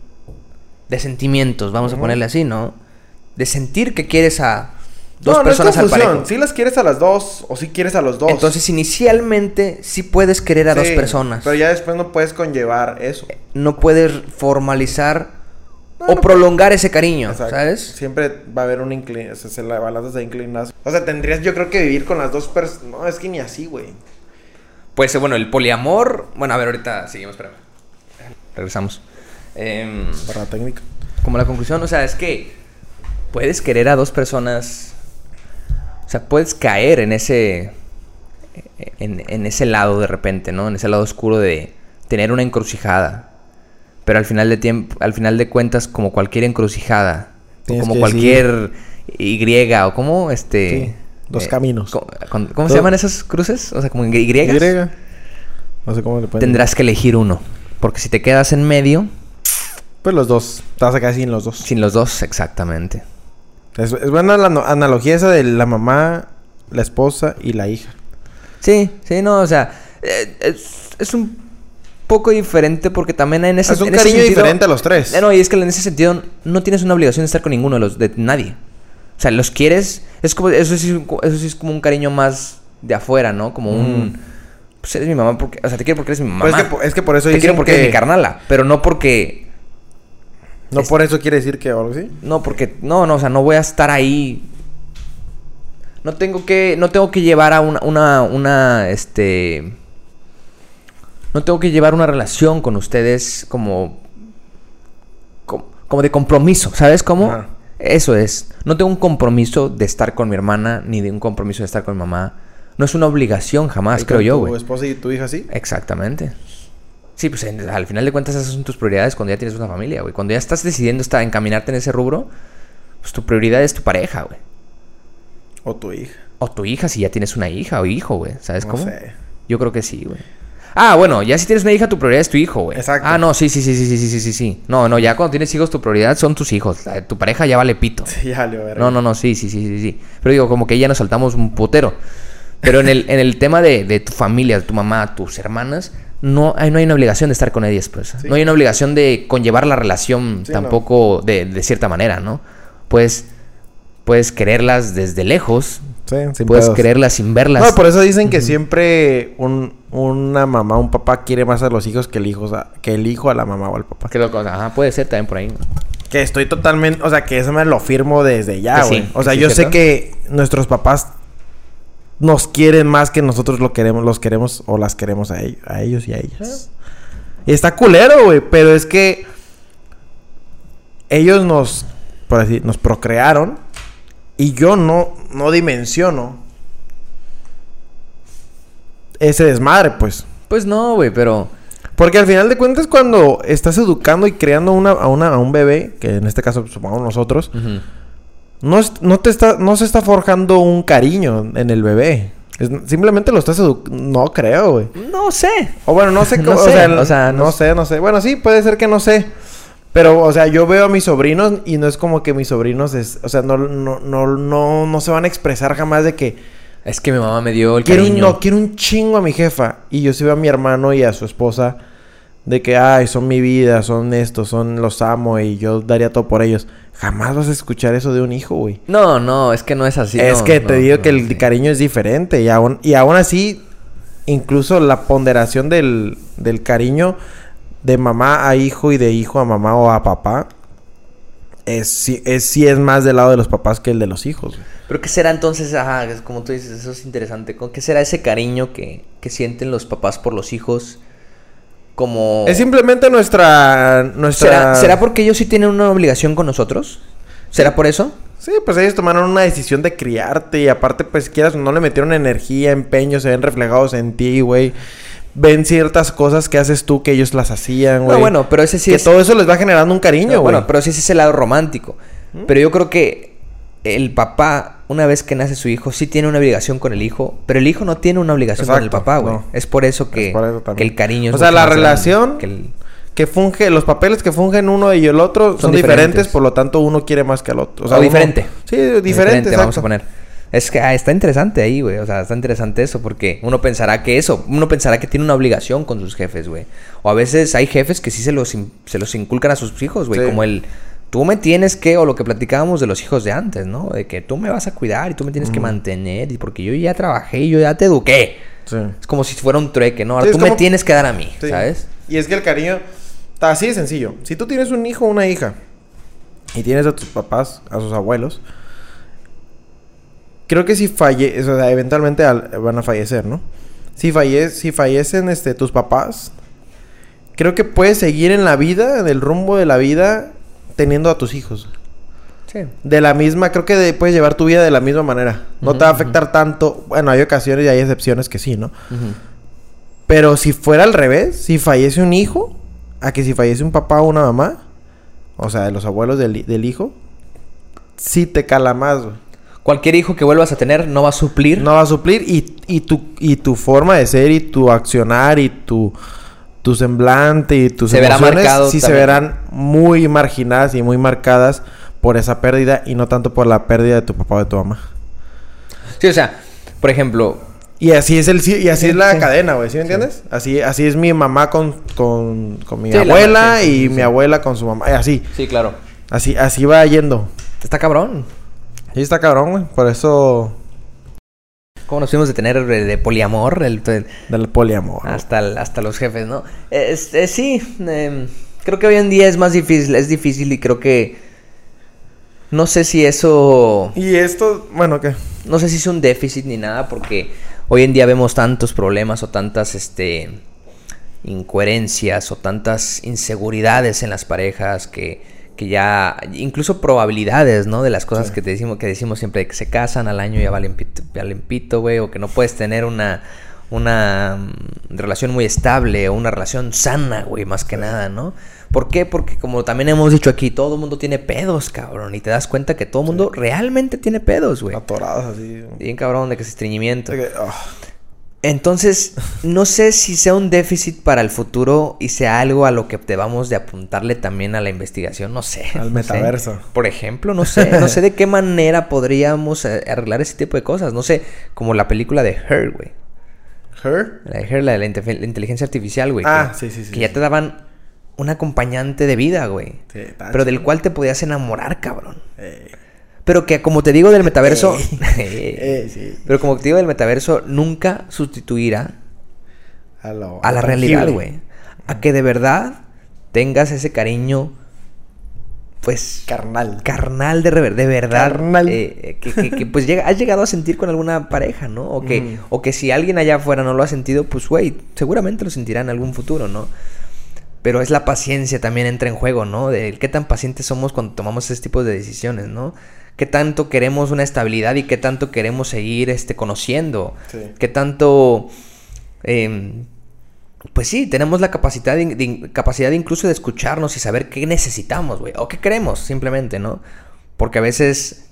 Speaker 1: de sentimientos, vamos a
Speaker 2: Ujú.
Speaker 1: ponerle así, ¿no? De sentir que quieres a dos
Speaker 2: no,
Speaker 1: personas
Speaker 2: no es
Speaker 1: al
Speaker 2: confusión.
Speaker 1: parejo.
Speaker 2: Si las quieres a las dos o si quieres a los dos.
Speaker 1: Entonces inicialmente sí puedes querer a dos
Speaker 2: Sí,
Speaker 1: personas.
Speaker 2: Pero ya después no puedes conllevar eso.
Speaker 1: No puedes formalizar
Speaker 2: No,
Speaker 1: o
Speaker 2: no
Speaker 1: prolongar ese cariño,
Speaker 2: Exacto.
Speaker 1: ¿sabes?
Speaker 2: Siempre va a haber un inclinación, o sea, se la balanza se inclina. O sea, tendrías yo creo que vivir con las dos personas. No, es que ni así, güey.
Speaker 1: Pues eh, bueno, el poliamor. Bueno, a ver, ahorita seguimos, espérame. Regresamos. Em,
Speaker 2: Para la técnica.
Speaker 1: como la conclusión, o sea, es que puedes querer a dos personas. O sea, puedes caer en ese. En, en ese lado de repente, ¿no? En ese lado oscuro de tener una encrucijada. Pero al final de tiempo, al final de cuentas, como cualquier encrucijada, o
Speaker 2: Tienes
Speaker 1: como
Speaker 2: que
Speaker 1: cualquier Y, o como este.
Speaker 2: Sí, dos caminos.
Speaker 1: co- con- ¿Cómo se
Speaker 2: Todo-
Speaker 1: llaman esas cruces? O sea, como Y.
Speaker 2: No sé cómo le pueden
Speaker 1: Tendrás que elegir uno. Porque si te quedas en medio,
Speaker 2: Pues los dos. Estás acá sin los dos.
Speaker 1: sin los dos, exactamente.
Speaker 2: Es, es buena la no- analogía esa de la mamá, la esposa y la hija.
Speaker 1: Sí, sí, no, o sea, eh, es, es un poco diferente porque también en ese
Speaker 2: es un
Speaker 1: en ese
Speaker 2: cariño
Speaker 1: sentido-
Speaker 2: diferente a los tres.
Speaker 1: Eh, No, y es que en ese sentido no tienes una obligación de estar con ninguno de los de nadie. O sea, los quieres, es como eso sí, es un- eso sí es como un cariño más de afuera, ¿no? Como un pues eres mi mamá porque, o sea, te quiero porque eres mi mamá.
Speaker 2: Mm. Pues es que, po- es que por eso
Speaker 1: te quiero
Speaker 2: dicen
Speaker 1: porque
Speaker 2: que...
Speaker 1: eres mi carnala, pero no porque
Speaker 2: no
Speaker 1: es-
Speaker 2: por eso quiere decir que o algo así.
Speaker 1: no porque no, no, o sea, no voy a estar ahí. No tengo que no tengo que llevar a una una una este no tengo que llevar una relación con ustedes como como, como de compromiso, ¿sabes cómo?
Speaker 2: Ajá.
Speaker 1: Eso es. No tengo un compromiso de estar con mi hermana ni de un compromiso de estar con mi mamá. No es una obligación jamás,
Speaker 2: Y
Speaker 1: creo
Speaker 2: con
Speaker 1: yo,
Speaker 2: tu
Speaker 1: güey.
Speaker 2: esposa y tu hija sí.
Speaker 1: Exactamente. Sí, pues en- al final de cuentas esas son tus prioridades cuando ya tienes una familia, güey. Cuando ya estás decidiendo estar, encaminarte en ese rubro, pues tu prioridad es tu pareja, güey.
Speaker 2: O tu hija.
Speaker 1: O tu hija, si ya tienes una hija o hijo, güey. ¿Sabes
Speaker 2: No
Speaker 1: cómo?
Speaker 2: sé.
Speaker 1: Yo creo que sí, güey. Ah, bueno, ya si tienes una hija, tu prioridad es tu hijo, güey.
Speaker 2: Exacto.
Speaker 1: Ah, no, sí, sí, sí, sí, sí, sí, sí, sí, sí. No, no, ya cuando tienes hijos, tu prioridad son tus hijos. La- Tu pareja ya vale pito.
Speaker 2: Sí, ya le
Speaker 1: No, no, no, sí, sí, sí, sí, sí. Pero digo, como que ya nos saltamos un putero. Pero en el, en el tema de, de tu familia, tu mamá, tus hermanas, no hay, no hay una obligación de estar con ellas, pues.
Speaker 2: Sí.
Speaker 1: No hay una obligación de conllevar la relación
Speaker 2: Sí,
Speaker 1: tampoco de, de cierta manera, ¿no? Pues puedes quererlas desde lejos,
Speaker 2: Sí, sin
Speaker 1: puedes
Speaker 2: pedos.
Speaker 1: quererlas sin verlas.
Speaker 2: No, por eso dicen que siempre un, una mamá, un papá quiere más a los hijos que el hijo, o sea, que el hijo a la mamá o al papá.
Speaker 1: Que lo- ajá, puede ser también por ahí.
Speaker 2: Que estoy totalmente, o sea, que eso me lo firmo desde ya,
Speaker 1: Que Pues sí,
Speaker 2: güey. o sea,
Speaker 1: que sí,
Speaker 2: yo sé
Speaker 1: ¿cierto?
Speaker 2: que nuestros papás nos quieren más que nosotros lo queremos, los queremos o las queremos a ellos, a ellos y a ellas. Y está culero, güey, pero es que ellos nos, por así, nos procrearon y yo no, no dimensiono ese desmadre, pues.
Speaker 1: Pues no, güey, pero.
Speaker 2: Porque al final de cuentas, cuando estás educando y creando una, a, una, a un bebé, que en este caso supongamos nosotros,
Speaker 1: ujú.
Speaker 2: no, es- no, te está, no se está forjando un cariño en el bebé. Es- simplemente lo estás educando. No creo, güey.
Speaker 1: No sé.
Speaker 2: O bueno, no sé
Speaker 1: No
Speaker 2: cómo.
Speaker 1: sé,
Speaker 2: o, sea,
Speaker 1: o sea,
Speaker 2: no,
Speaker 1: no
Speaker 2: sé, no sé. Bueno, sí, puede ser que no sé. Pero, o sea, yo veo a mis sobrinos y no es como que mis sobrinos es. O sea, no, no, no, no, no se van a expresar jamás de que.
Speaker 1: Es que mi mamá me dio el
Speaker 2: Quiero un,
Speaker 1: cariño.
Speaker 2: no, quiero un chingo a mi jefa. Y yo sí veo a mi hermano y a su esposa de que, ay, son mi vida, son estos, son los amo y yo daría todo por ellos. Jamás vas a escuchar eso de un hijo, güey.
Speaker 1: No, no, es que no es así.
Speaker 2: es
Speaker 1: no,
Speaker 2: que te
Speaker 1: no,
Speaker 2: digo
Speaker 1: no,
Speaker 2: que el
Speaker 1: sí.
Speaker 2: cariño es diferente y aún, y aún así, incluso la ponderación del, del cariño de mamá a hijo y de hijo a mamá o a papá. Es, sí, es, sí es más del lado de los papás que el de los hijos. güey.
Speaker 1: Pero ¿qué será entonces? Ajá, es como tú dices, eso es interesante. ¿Con qué será ese cariño que, que sienten los papás por los hijos? Como...
Speaker 2: Es simplemente nuestra... nuestra...
Speaker 1: Oh. ¿Será, ¿Será porque ellos sí tienen una obligación con nosotros? ¿Será por eso?
Speaker 2: Sí, pues ellos tomaron una decisión de criarte y aparte, pues quieras, o no le metieron energía, empeño, se ven reflejados en ti, güey. Ven ciertas cosas que haces tú que ellos las hacían, güey.
Speaker 1: No, bueno, pero ese sí
Speaker 2: que
Speaker 1: es...
Speaker 2: todo eso les va generando un
Speaker 1: no,
Speaker 2: cariño, güey. ¿Mm?
Speaker 1: bueno, pero sí es ese lado romántico. Pero yo creo que el papá una vez que nace su hijo, sí tiene una obligación con el hijo, pero el hijo no tiene una obligación con el
Speaker 2: Exacto,
Speaker 1: papá, güey.
Speaker 2: no.
Speaker 1: Es por eso que,
Speaker 2: Es por eso
Speaker 1: que
Speaker 2: también.
Speaker 1: el cariño es
Speaker 2: O sea,
Speaker 1: mucho
Speaker 2: la
Speaker 1: más grande
Speaker 2: relación-
Speaker 1: que el-
Speaker 2: Que funge, los papeles que fungen uno y el otro son,
Speaker 1: Son
Speaker 2: diferentes.
Speaker 1: diferentes.
Speaker 2: por lo tanto uno quiere más que al otro.
Speaker 1: O
Speaker 2: uno-
Speaker 1: diferente.
Speaker 2: Sí, diferente, exacto.
Speaker 1: vamos a poner. Es que ah, está interesante ahí, güey. O sea, está interesante eso porque uno pensará que eso, uno pensará que tiene una obligación con sus jefes, güey. O a veces hay jefes que sí se los, in- se los inculcan a sus hijos, güey.
Speaker 2: Sí.
Speaker 1: Como el, tú me tienes que, o lo que platicábamos de los hijos de antes, ¿no? De que tú me vas a cuidar y tú me tienes que mantener y porque yo ya trabajé y yo ya te eduqué.
Speaker 2: Sí.
Speaker 1: Es como si fuera un trueque, ¿no? Ahora
Speaker 2: Sí, es
Speaker 1: tú me
Speaker 2: como-
Speaker 1: tienes que dar a mí,
Speaker 2: Sí.
Speaker 1: ¿sabes?
Speaker 2: Y es que el cariño está así de sencillo. Si tú tienes un hijo o una hija y tienes a tus papás, a sus abuelos, creo que si falle, o sea, eventualmente al- van a fallecer, ¿no? Si, falle, si fallecen este, tus papás, creo que puedes seguir en la vida, en el rumbo de la vida, teniendo a tus hijos.
Speaker 1: Sí.
Speaker 2: De la misma, creo que de- puedes llevar tu vida de la misma manera. No te va a afectar tanto. Bueno, hay ocasiones y hay excepciones que sí, ¿no?
Speaker 1: Ujú.
Speaker 2: Pero si fuera al revés, si fallece un hijo, a que si fallece un papá o una mamá, o sea, de los abuelos del, del hijo, sí te cala más, güey.
Speaker 1: Cualquier hijo que vuelvas a tener no va a suplir.
Speaker 2: No va a suplir y, y, tu, y tu forma de ser y tu accionar y tu, tu semblante y tus
Speaker 1: Se verá
Speaker 2: emociones
Speaker 1: marcado
Speaker 2: sí se
Speaker 1: también.
Speaker 2: verán muy marginadas y muy marcadas por esa pérdida y no tanto por la pérdida de tu papá o de tu mamá.
Speaker 1: Sí, o sea, por ejemplo,
Speaker 2: Y así es el ci- y así
Speaker 1: Sí,
Speaker 2: es la
Speaker 1: sí.
Speaker 2: cadena, güey, ¿sí me entiendes? Así así es mi mamá con con, con mi
Speaker 1: Sí, la
Speaker 2: abuela
Speaker 1: marca, sí,
Speaker 2: y
Speaker 1: sí,
Speaker 2: mi
Speaker 1: sí.
Speaker 2: abuela con su mamá, y así.
Speaker 1: sí, claro.
Speaker 2: Así así va yendo.
Speaker 1: Está cabrón.
Speaker 2: Y está cabrón, güey, por eso
Speaker 1: ¿Cómo nos fuimos de tener eh, de poliamor el- el-
Speaker 2: del poliamor. güey.
Speaker 1: hasta, el- hasta los jefes, no? Este, sí, em, creo que hoy en día es más difícil, es difícil y creo que... No sé si eso...
Speaker 2: Y esto, bueno, ¿qué?
Speaker 1: No sé si es un déficit ni nada porque hoy en día vemos tantos problemas o tantas, este... incoherencias o tantas inseguridades en las parejas que, que ya incluso probabilidades, ¿no? De las cosas que te decimos que decimos siempre de que se casan al año ya valen pito, valen pito, güey, o que no puedes tener una una mm, relación muy estable o una relación sana, güey, más que nada, ¿no? ¿Por qué? Porque como también hemos dicho aquí, todo el mundo tiene pedos, cabrón, y te das cuenta que todo el mundo realmente tiene pedos, güey.
Speaker 2: Atoradas así. güey.
Speaker 1: Bien cabrón de que es estreñimiento.
Speaker 2: De que, ah.
Speaker 1: Entonces, no sé si sea un déficit para el futuro y sea algo a lo que debamos de apuntarle también a la investigación, no sé.
Speaker 2: Al
Speaker 1: no sé.
Speaker 2: metaverso.
Speaker 1: Por ejemplo, no sé, no sé de qué manera podríamos eh, arreglar ese tipo de cosas, no sé, como la película de Her, güey.
Speaker 2: Her?
Speaker 1: La de Her, la de la, inte- la inteligencia artificial, güey.
Speaker 2: Ah, sí,
Speaker 1: que,
Speaker 2: sí, sí,
Speaker 1: Que ya
Speaker 2: sí.
Speaker 1: te daban un acompañante de vida, güey.
Speaker 2: Ah, Sí, está
Speaker 1: pero del
Speaker 2: chido.
Speaker 1: cual te podías enamorar, cabrón.
Speaker 2: Eh,
Speaker 1: Pero que, como te digo, del metaverso...
Speaker 2: eh, sí.
Speaker 1: Pero como te digo, del metaverso nunca sustituirá
Speaker 2: A, lo-
Speaker 1: a la
Speaker 2: tangible.
Speaker 1: realidad, güey. A que de verdad tengas ese cariño, pues,
Speaker 2: Carnal.
Speaker 1: carnal de, rever- de verdad.
Speaker 2: Carnal.
Speaker 1: eh, eh, que, que- que, pues llega, has llegado a sentir con alguna pareja, ¿no? O que,
Speaker 2: Ujú.
Speaker 1: o que si alguien allá afuera no lo ha sentido, pues, güey, seguramente lo sentirá en algún futuro, ¿no? Pero es la paciencia también entra en juego, ¿no? De qué tan pacientes somos cuando tomamos ese tipo de decisiones, ¿no? Qué tanto queremos una estabilidad y qué tanto queremos seguir este, conociendo.
Speaker 2: Sí.
Speaker 1: Qué tanto. em, pues sí, tenemos la capacidad, de, de- capacidad incluso de escucharnos y saber qué necesitamos, güey. O qué queremos, simplemente, ¿no? Porque a veces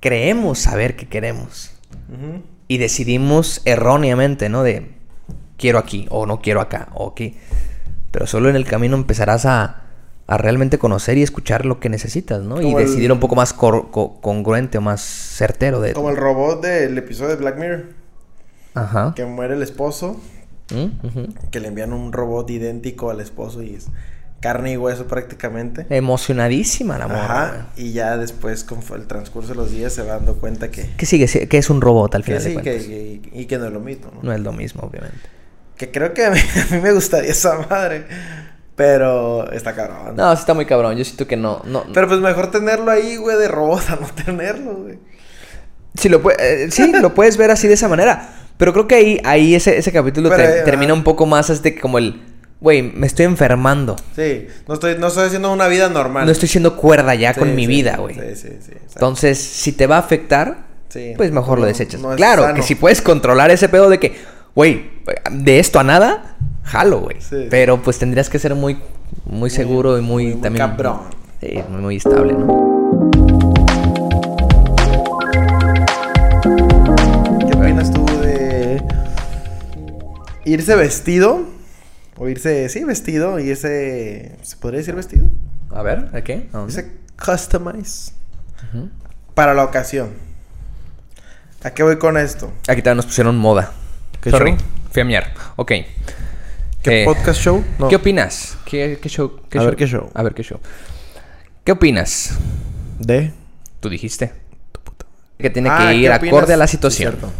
Speaker 1: creemos saber qué queremos.
Speaker 2: Ujú.
Speaker 1: Y decidimos erróneamente, ¿no? De quiero aquí o no quiero acá o aquí. Pero solo en el camino empezarás a, a realmente conocer y escuchar lo que necesitas, ¿no? Y
Speaker 2: Como el-
Speaker 1: decidir un poco más cor- co- congruente o más certero de...
Speaker 2: Como el robot del episodio de Black Mirror,
Speaker 1: Ajá.
Speaker 2: que muere el esposo
Speaker 1: ¿Mm? Ujú.
Speaker 2: que le envían un robot idéntico al esposo y es carne y hueso prácticamente.
Speaker 1: Emocionadísima la morra, güey.
Speaker 2: Ajá, y ya después con el transcurso de los días se va dando cuenta que,
Speaker 1: Que sigue, si- que es un robot al
Speaker 2: que
Speaker 1: final de
Speaker 2: sí, que,
Speaker 1: cuentas.
Speaker 2: que- y que no es lo mismo, ¿no?
Speaker 1: No es lo mismo, obviamente.
Speaker 2: Que creo que a mí, a mí me gustaría esa madre, pero está cabrón.
Speaker 1: No, sí está muy cabrón. Yo siento que no. no
Speaker 2: Pero pues mejor tenerlo ahí, güey, de robot a no tenerlo, güey.
Speaker 1: sí, lo pue- eh, sí, lo puedes ver así de esa manera. Pero creo que ahí, ahí ese, ese capítulo
Speaker 2: Pero,
Speaker 1: ter-
Speaker 2: eh,
Speaker 1: termina
Speaker 2: ajá.
Speaker 1: un poco más este como el... Güey, me estoy enfermando.
Speaker 2: Sí, no estoy, no estoy haciendo una vida normal.
Speaker 1: No estoy siendo cuerda ya
Speaker 2: Sí,
Speaker 1: con mi
Speaker 2: sí,
Speaker 1: vida, güey.
Speaker 2: Sí, sí, sí. exacto.
Speaker 1: Entonces, si te va a afectar,
Speaker 2: Sí,
Speaker 1: pues mejor lo
Speaker 2: no-
Speaker 1: desechas.
Speaker 2: no es
Speaker 1: claro, que
Speaker 2: sano.
Speaker 1: si puedes controlar ese pedo de que, güey, de esto a nada, jalo, güey.
Speaker 2: Sí.
Speaker 1: Pero pues tendrías que ser muy, muy seguro y muy,
Speaker 2: muy- muy
Speaker 1: también.
Speaker 2: cabrón.
Speaker 1: Sí, muy, muy estable, ¿no?
Speaker 2: irse vestido. O irse, sí, vestido. Y ese. ¿Se podría decir vestido?
Speaker 1: A ver, ¿de qué? ¿A dónde?
Speaker 2: Ese customize.
Speaker 1: Ujú.
Speaker 2: Para la ocasión. ¿A qué voy con esto?
Speaker 1: Aquí también Ah, nos pusieron moda.
Speaker 2: ¿Qué
Speaker 1: Sorry,
Speaker 2: show?
Speaker 1: fui a miar. Ok.
Speaker 2: ¿Qué
Speaker 1: Eh,
Speaker 2: podcast show? No.
Speaker 1: ¿Qué opinas? ¿Qué, qué show?
Speaker 2: A ver qué show.
Speaker 1: A ver qué show. ¿Qué opinas?
Speaker 2: De.
Speaker 1: Tú dijiste. Que tiene
Speaker 2: Ah,
Speaker 1: que
Speaker 2: ¿qué
Speaker 1: ir
Speaker 2: opinas?
Speaker 1: acorde a la
Speaker 2: Sí,
Speaker 1: situación.
Speaker 2: cierto.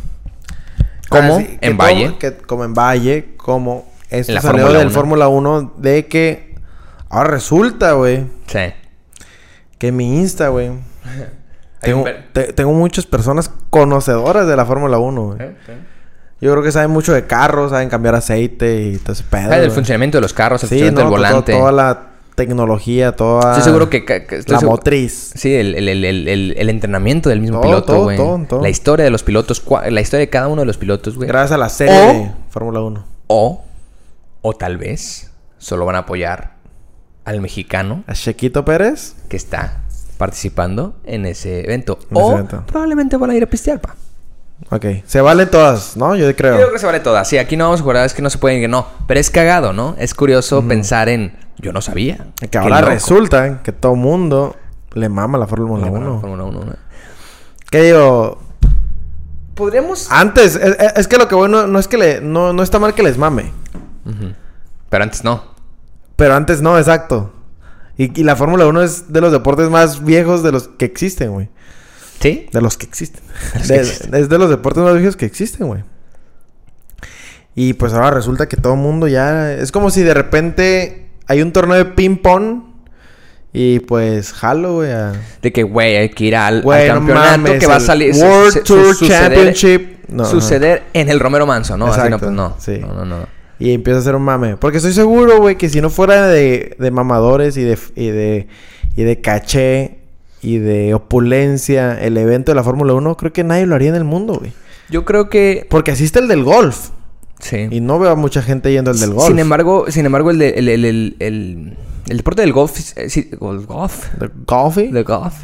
Speaker 1: ¿Cómo?
Speaker 2: Ah, sí, que
Speaker 1: en
Speaker 2: todo-
Speaker 1: Valle.
Speaker 2: que como en Valle, como esto
Speaker 1: En la
Speaker 2: salió
Speaker 1: Fórmula
Speaker 2: del
Speaker 1: Uno.
Speaker 2: Fórmula 1 de que ahora resulta, güey,
Speaker 1: Sí.
Speaker 2: que mi Insta, güey. Tengo,
Speaker 1: un per-
Speaker 2: te- tengo muchas personas conocedoras de la Fórmula 1, güey.
Speaker 1: ¿Eh? ¿Eh?
Speaker 2: Yo creo que saben mucho de carros, saben cambiar aceite y todo ese pedo.
Speaker 1: Ah, del
Speaker 2: güey.
Speaker 1: funcionamiento de los carros, el
Speaker 2: eh. Sí,
Speaker 1: funcionamiento
Speaker 2: no, pues, to-
Speaker 1: del
Speaker 2: to-
Speaker 1: volante.
Speaker 2: toda la tecnología, toda
Speaker 1: Estoy seguro que. ca- que- estoy
Speaker 2: la
Speaker 1: seguro-
Speaker 2: motriz.
Speaker 1: Sí, el, el- el- el- el- el entrenamiento del mismo
Speaker 2: Todo,
Speaker 1: piloto,
Speaker 2: todo,
Speaker 1: güey.
Speaker 2: todo, todo.
Speaker 1: La historia de los pilotos, cua- la historia de cada uno de los pilotos, güey.
Speaker 2: Gracias a la serie
Speaker 1: O-
Speaker 2: de Fórmula 1.
Speaker 1: O, o tal vez, solo van a apoyar al mexicano
Speaker 2: A Chequito Pérez.
Speaker 1: que está participando en ese evento.
Speaker 2: En
Speaker 1: o
Speaker 2: ese evento.
Speaker 1: probablemente van a ir a pistear, pa.
Speaker 2: Ok. Se valen todas, ¿no? Yo creo.
Speaker 1: Yo creo que se vale toda. Sí, aquí no vamos a jugar, es que no se pueden que no. Pero es cagado, ¿no? Es curioso pensar en. Yo no sabía.
Speaker 2: Que
Speaker 1: Qué
Speaker 2: ahora
Speaker 1: loco.
Speaker 2: resulta ¿eh? que todo mundo le mama la Fórmula
Speaker 1: Le van a la
Speaker 2: 1.
Speaker 1: Fórmula 1, ¿no?
Speaker 2: Que digo,
Speaker 1: Podríamos.
Speaker 2: antes, es, es- es que lo que bueno no es que le, no, no está mal que les mame.
Speaker 1: Ujú. Pero antes no.
Speaker 2: Pero antes no, exacto. Y, y la Fórmula 1 es de los deportes más viejos de los que existen, güey.
Speaker 1: ¿Sí?
Speaker 2: De los que existen.
Speaker 1: los
Speaker 2: De-
Speaker 1: que existen.
Speaker 2: Es de los deportes más viejos que existen, güey. Y pues ahora resulta que todo el mundo ya... Es como si de repente hay un torneo de ping-pong y pues jalo, güey. a-
Speaker 1: De que, güey, hay que ir al,
Speaker 2: Güey, no
Speaker 1: al campeonato
Speaker 2: mames,
Speaker 1: que va a
Speaker 2: el
Speaker 1: salir. su-
Speaker 2: World
Speaker 1: su- su-
Speaker 2: Tour
Speaker 1: suceder-
Speaker 2: Championship. No, no.
Speaker 1: suceder en el Romero Manso, ¿no? Así no,
Speaker 2: Exacto,
Speaker 1: pues no.
Speaker 2: sí.
Speaker 1: No, no, no.
Speaker 2: Y empieza a ser un mame. Porque estoy seguro, güey, que si no fuera de, de mamadores y de, y, de, y de caché y de opulencia el evento de la Fórmula 1, creo que nadie lo haría en el mundo, güey.
Speaker 1: Yo creo que.
Speaker 2: Porque así está el del golf.
Speaker 1: Sí.
Speaker 2: Y no veo a mucha gente yendo al del golf.
Speaker 1: Sin embargo, sin embargo, el, de- el, el, el, el- el deporte del golf. es- eh, sí, gol- golf.
Speaker 2: ¿De golfi?
Speaker 1: ¿De golf?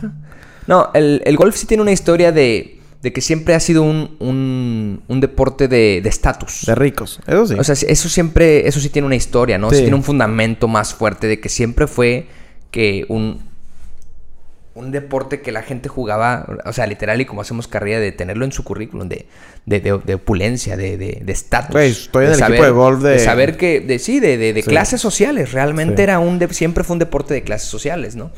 Speaker 1: No, el, el golf sí tiene una historia de, de que siempre ha sido un, un, un deporte de de estatus.
Speaker 2: Pues, De ricos. Eso sí.
Speaker 1: O sea, eso siempre, eso sí tiene una historia, ¿no? Sí
Speaker 2: Sí.
Speaker 1: tiene un fundamento más fuerte de que siempre fue que un, un deporte que la gente jugaba, o sea, literal y como hacemos carrera de tenerlo en su currículum, de, de, de- de opulencia, de de- de estatus.
Speaker 2: Güey, estoy en el equipo de golf de-
Speaker 1: saber que, de, sí, de, de- de
Speaker 2: Sí.
Speaker 1: clases sociales. Realmente
Speaker 2: Sí.
Speaker 1: era un, de- siempre fue un deporte de clases sociales, ¿no?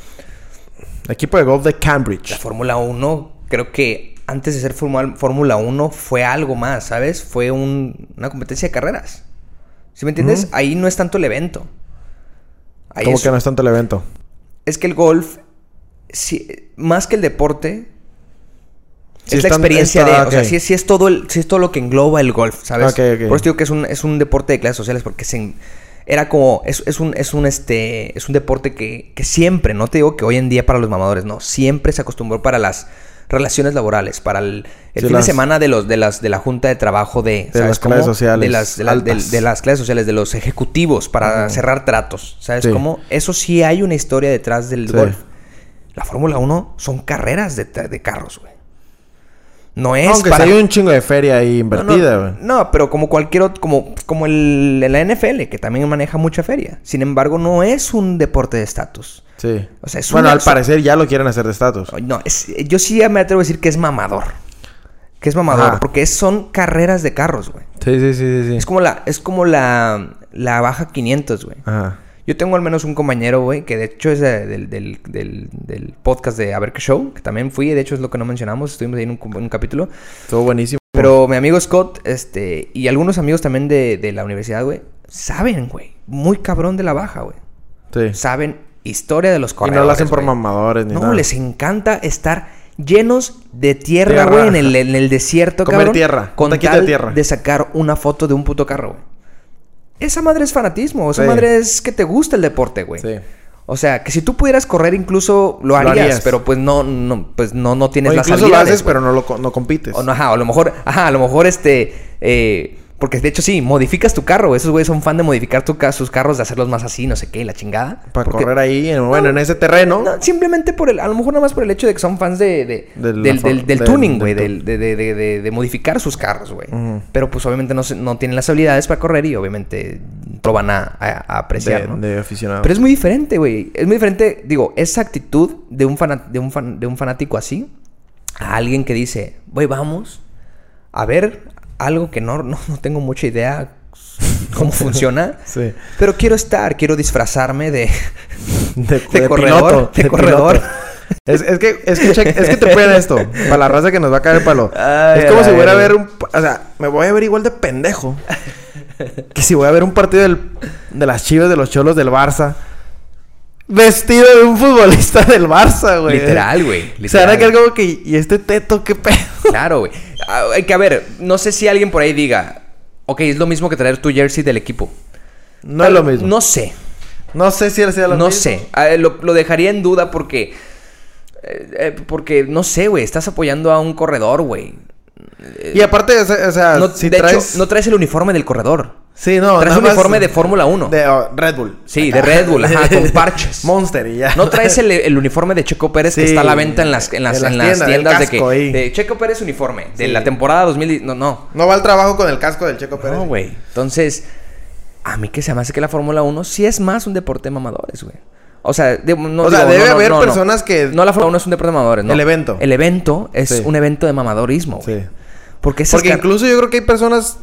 Speaker 2: Equipo de golf de
Speaker 1: La
Speaker 2: Cambridge.
Speaker 1: Fórmula 1, creo que antes de ser Fórmula Fórmula 1 fue algo más, ¿sabes? Fue un- una competencia de carreras. ¿Sí me entiendes? Ahí no es tanto el evento. Ahí
Speaker 2: Como
Speaker 1: es,
Speaker 2: que no es tanto el evento.
Speaker 1: es que el golf, sí, más que el deporte,
Speaker 2: Sí
Speaker 1: es la
Speaker 2: están-
Speaker 1: experiencia
Speaker 2: está-
Speaker 1: de... O sea,
Speaker 2: ok.
Speaker 1: sí, es- sí es todo el, sí es todo lo que engloba el golf, ¿sabes?
Speaker 2: Ok, ok.
Speaker 1: Por eso digo que es un, es un deporte de clases sociales porque se en- era como... Es, es un, es, un, este, es un deporte que, que siempre, no te digo que hoy en día para los mamadores, no. Siempre se acostumbró para las relaciones laborales, para el, el
Speaker 2: Sí,
Speaker 1: fin
Speaker 2: las-
Speaker 1: de semana de los de las de la junta de trabajo de,
Speaker 2: De las clases sociales
Speaker 1: de las de, la- de-
Speaker 2: altas.
Speaker 1: de las clases sociales de los ejecutivos para cerrar tratos sabes
Speaker 2: Sí.
Speaker 1: cómo eso sí hay una historia detrás del
Speaker 2: Sí.
Speaker 1: golf la Fórmula 1 son carreras de, tra- de carros güey no es
Speaker 2: Aunque
Speaker 1: para...
Speaker 2: si hay un chingo de feria ahí
Speaker 1: No, no,
Speaker 2: invertida, güey.
Speaker 1: no, pero como cualquier otro, como, como el, la NFL, que también maneja mucha feria. Sin embargo, no es un deporte de estatus.
Speaker 2: Sí.
Speaker 1: O sea, es
Speaker 2: bueno,
Speaker 1: una-
Speaker 2: al parecer ya lo quieren hacer de estatus.
Speaker 1: No, es- yo sí ya me atrevo a decir que es mamador. Que es mamador,
Speaker 2: Ajá.
Speaker 1: porque es- son carreras de carros, güey.
Speaker 2: Sí, sí, sí, sí.
Speaker 1: Es como la, es como la, la baja 500, güey.
Speaker 2: Ajá.
Speaker 1: Yo tengo al menos un compañero, güey, que de hecho es de- del, del- del- del podcast de A ver qué show, que también fui, de hecho es lo que no mencionamos, estuvimos ahí en un, cu- en un capítulo.
Speaker 2: Estuvo buenísimo.
Speaker 1: Pero mi amigo Scott, este, y algunos amigos también de, de la universidad, güey, saben, güey, muy cabrón de la baja, güey.
Speaker 2: Sí.
Speaker 1: Saben historia de los
Speaker 2: Y
Speaker 1: corredores.
Speaker 2: no lo hacen por
Speaker 1: güey.
Speaker 2: mamadores ni
Speaker 1: No,
Speaker 2: nada.
Speaker 1: les encanta estar llenos de tierra,
Speaker 2: Tierra.
Speaker 1: güey, en el, en el desierto,
Speaker 2: Comer
Speaker 1: cabrón.
Speaker 2: tierra,
Speaker 1: Con
Speaker 2: un taquito
Speaker 1: tal
Speaker 2: de tierra.
Speaker 1: de sacar una foto de un puto carro, güey. Esa madre es fanatismo. Esa
Speaker 2: Sí.
Speaker 1: madre es que te gusta el deporte, güey.
Speaker 2: Sí.
Speaker 1: O sea, que si tú pudieras correr incluso lo
Speaker 2: Lo
Speaker 1: harías,
Speaker 2: harías.
Speaker 1: pero pues no, no, pues no, no tienes
Speaker 2: O
Speaker 1: las
Speaker 2: incluso lo
Speaker 1: habilidades.
Speaker 2: haces,
Speaker 1: güey.
Speaker 2: pero no lo co- no compites.
Speaker 1: O no, ajá, o a lo mejor, ajá, a lo mejor este, eh, Porque de hecho sí, modificas tu carro. Esos güeyes son fan de modificar tu ca- sus carros, de hacerlos más así, no sé qué, la chingada.
Speaker 2: Para
Speaker 1: Porque-
Speaker 2: correr ahí, en- bueno, en ese terreno.
Speaker 1: No, simplemente por el, a lo mejor nada más por el hecho de que son fans de, de-
Speaker 2: De la
Speaker 1: del,
Speaker 2: for-
Speaker 1: del- del
Speaker 2: del-
Speaker 1: tuning,
Speaker 2: del
Speaker 1: güey,
Speaker 2: tu-
Speaker 1: del- de, de- de- de- de modificar sus carros, güey.
Speaker 2: Ujú.
Speaker 1: Pero pues obviamente no, se- no tienen las habilidades para correr y obviamente lo van a, a- a apreciar,
Speaker 2: de,
Speaker 1: ¿no?
Speaker 2: de ah, aficionado.
Speaker 1: Pero es muy diferente, güey. Es muy diferente, digo, esa actitud de un, fana- de un, fan- de un fanático así a alguien que dice, güey, vamos a ver algo que no, no, no tengo mucha idea cómo funciona.
Speaker 2: Sí.
Speaker 1: Pero quiero estar, quiero disfrazarme de,
Speaker 2: De,
Speaker 1: de
Speaker 2: de
Speaker 1: corredor,
Speaker 2: piloto,
Speaker 1: de
Speaker 2: de
Speaker 1: corredor.
Speaker 2: piloto. Es, es que, es que, checa- es que te pega esto. Para la raza que nos va a caer el palo.
Speaker 1: Ay,
Speaker 2: es como
Speaker 1: ay,
Speaker 2: si fuera a
Speaker 1: ay.
Speaker 2: ver un. O sea, me voy a ver igual de pendejo. Que si voy a ver un partido del- de las chivas, de los cholos, del Barça. Vestido de un futbolista del Barça, güey.
Speaker 1: Literal, güey.
Speaker 2: O sea,
Speaker 1: literal.
Speaker 2: era que algo que. ¿Y este teto qué pedo?
Speaker 1: Claro, güey. Ah, Hay que a ver, no sé si alguien por ahí diga, ok, es lo mismo que traer tu jersey del equipo.
Speaker 2: No es lo mismo. No,
Speaker 1: No sé.
Speaker 2: sé si él sea lo
Speaker 1: no
Speaker 2: mismo.
Speaker 1: sé. Ah, lo, lo dejaría en duda porque. eh, eh, porque, no sé, güey. Estás apoyando a un corredor, güey.
Speaker 2: Y aparte, o sea, o sea,
Speaker 1: No,
Speaker 2: Ah, si
Speaker 1: de
Speaker 2: traes.
Speaker 1: hecho, no traes el uniforme del corredor.
Speaker 2: sí, no.
Speaker 1: traes
Speaker 2: nada
Speaker 1: un
Speaker 2: más
Speaker 1: uniforme de Fórmula 1.
Speaker 2: De oh, Red Bull.
Speaker 1: Sí, de Red Bull, ajá, con parches.
Speaker 2: Monster y ya.
Speaker 1: No traes el, el uniforme de Checo Pérez que
Speaker 2: Sí,
Speaker 1: está a la venta en las, en las,
Speaker 2: en las
Speaker 1: en las tiendas,
Speaker 2: tiendas, el
Speaker 1: de
Speaker 2: casco
Speaker 1: que.
Speaker 2: ahí.
Speaker 1: de Checo Pérez uniforme. De
Speaker 2: Sí.
Speaker 1: la temporada 2000. No, no.
Speaker 2: No va al trabajo con el casco del Checo Pérez.
Speaker 1: No, güey. Entonces, a mí que se me hace que la Fórmula 1 sí es más un deporte de mamadores, güey. O sea, de- no,
Speaker 2: O sea,
Speaker 1: digo,
Speaker 2: debe
Speaker 1: no, no,
Speaker 2: haber
Speaker 1: no, no.
Speaker 2: personas que-
Speaker 1: No, la Fórmula 1 es un deporte de mamadores, ¿no?
Speaker 2: El evento.
Speaker 1: El evento es
Speaker 2: Sí.
Speaker 1: un evento de mamadorismo, güey.
Speaker 2: Sí.
Speaker 1: Porque, esas
Speaker 2: Porque
Speaker 1: car-
Speaker 2: incluso yo creo que hay personas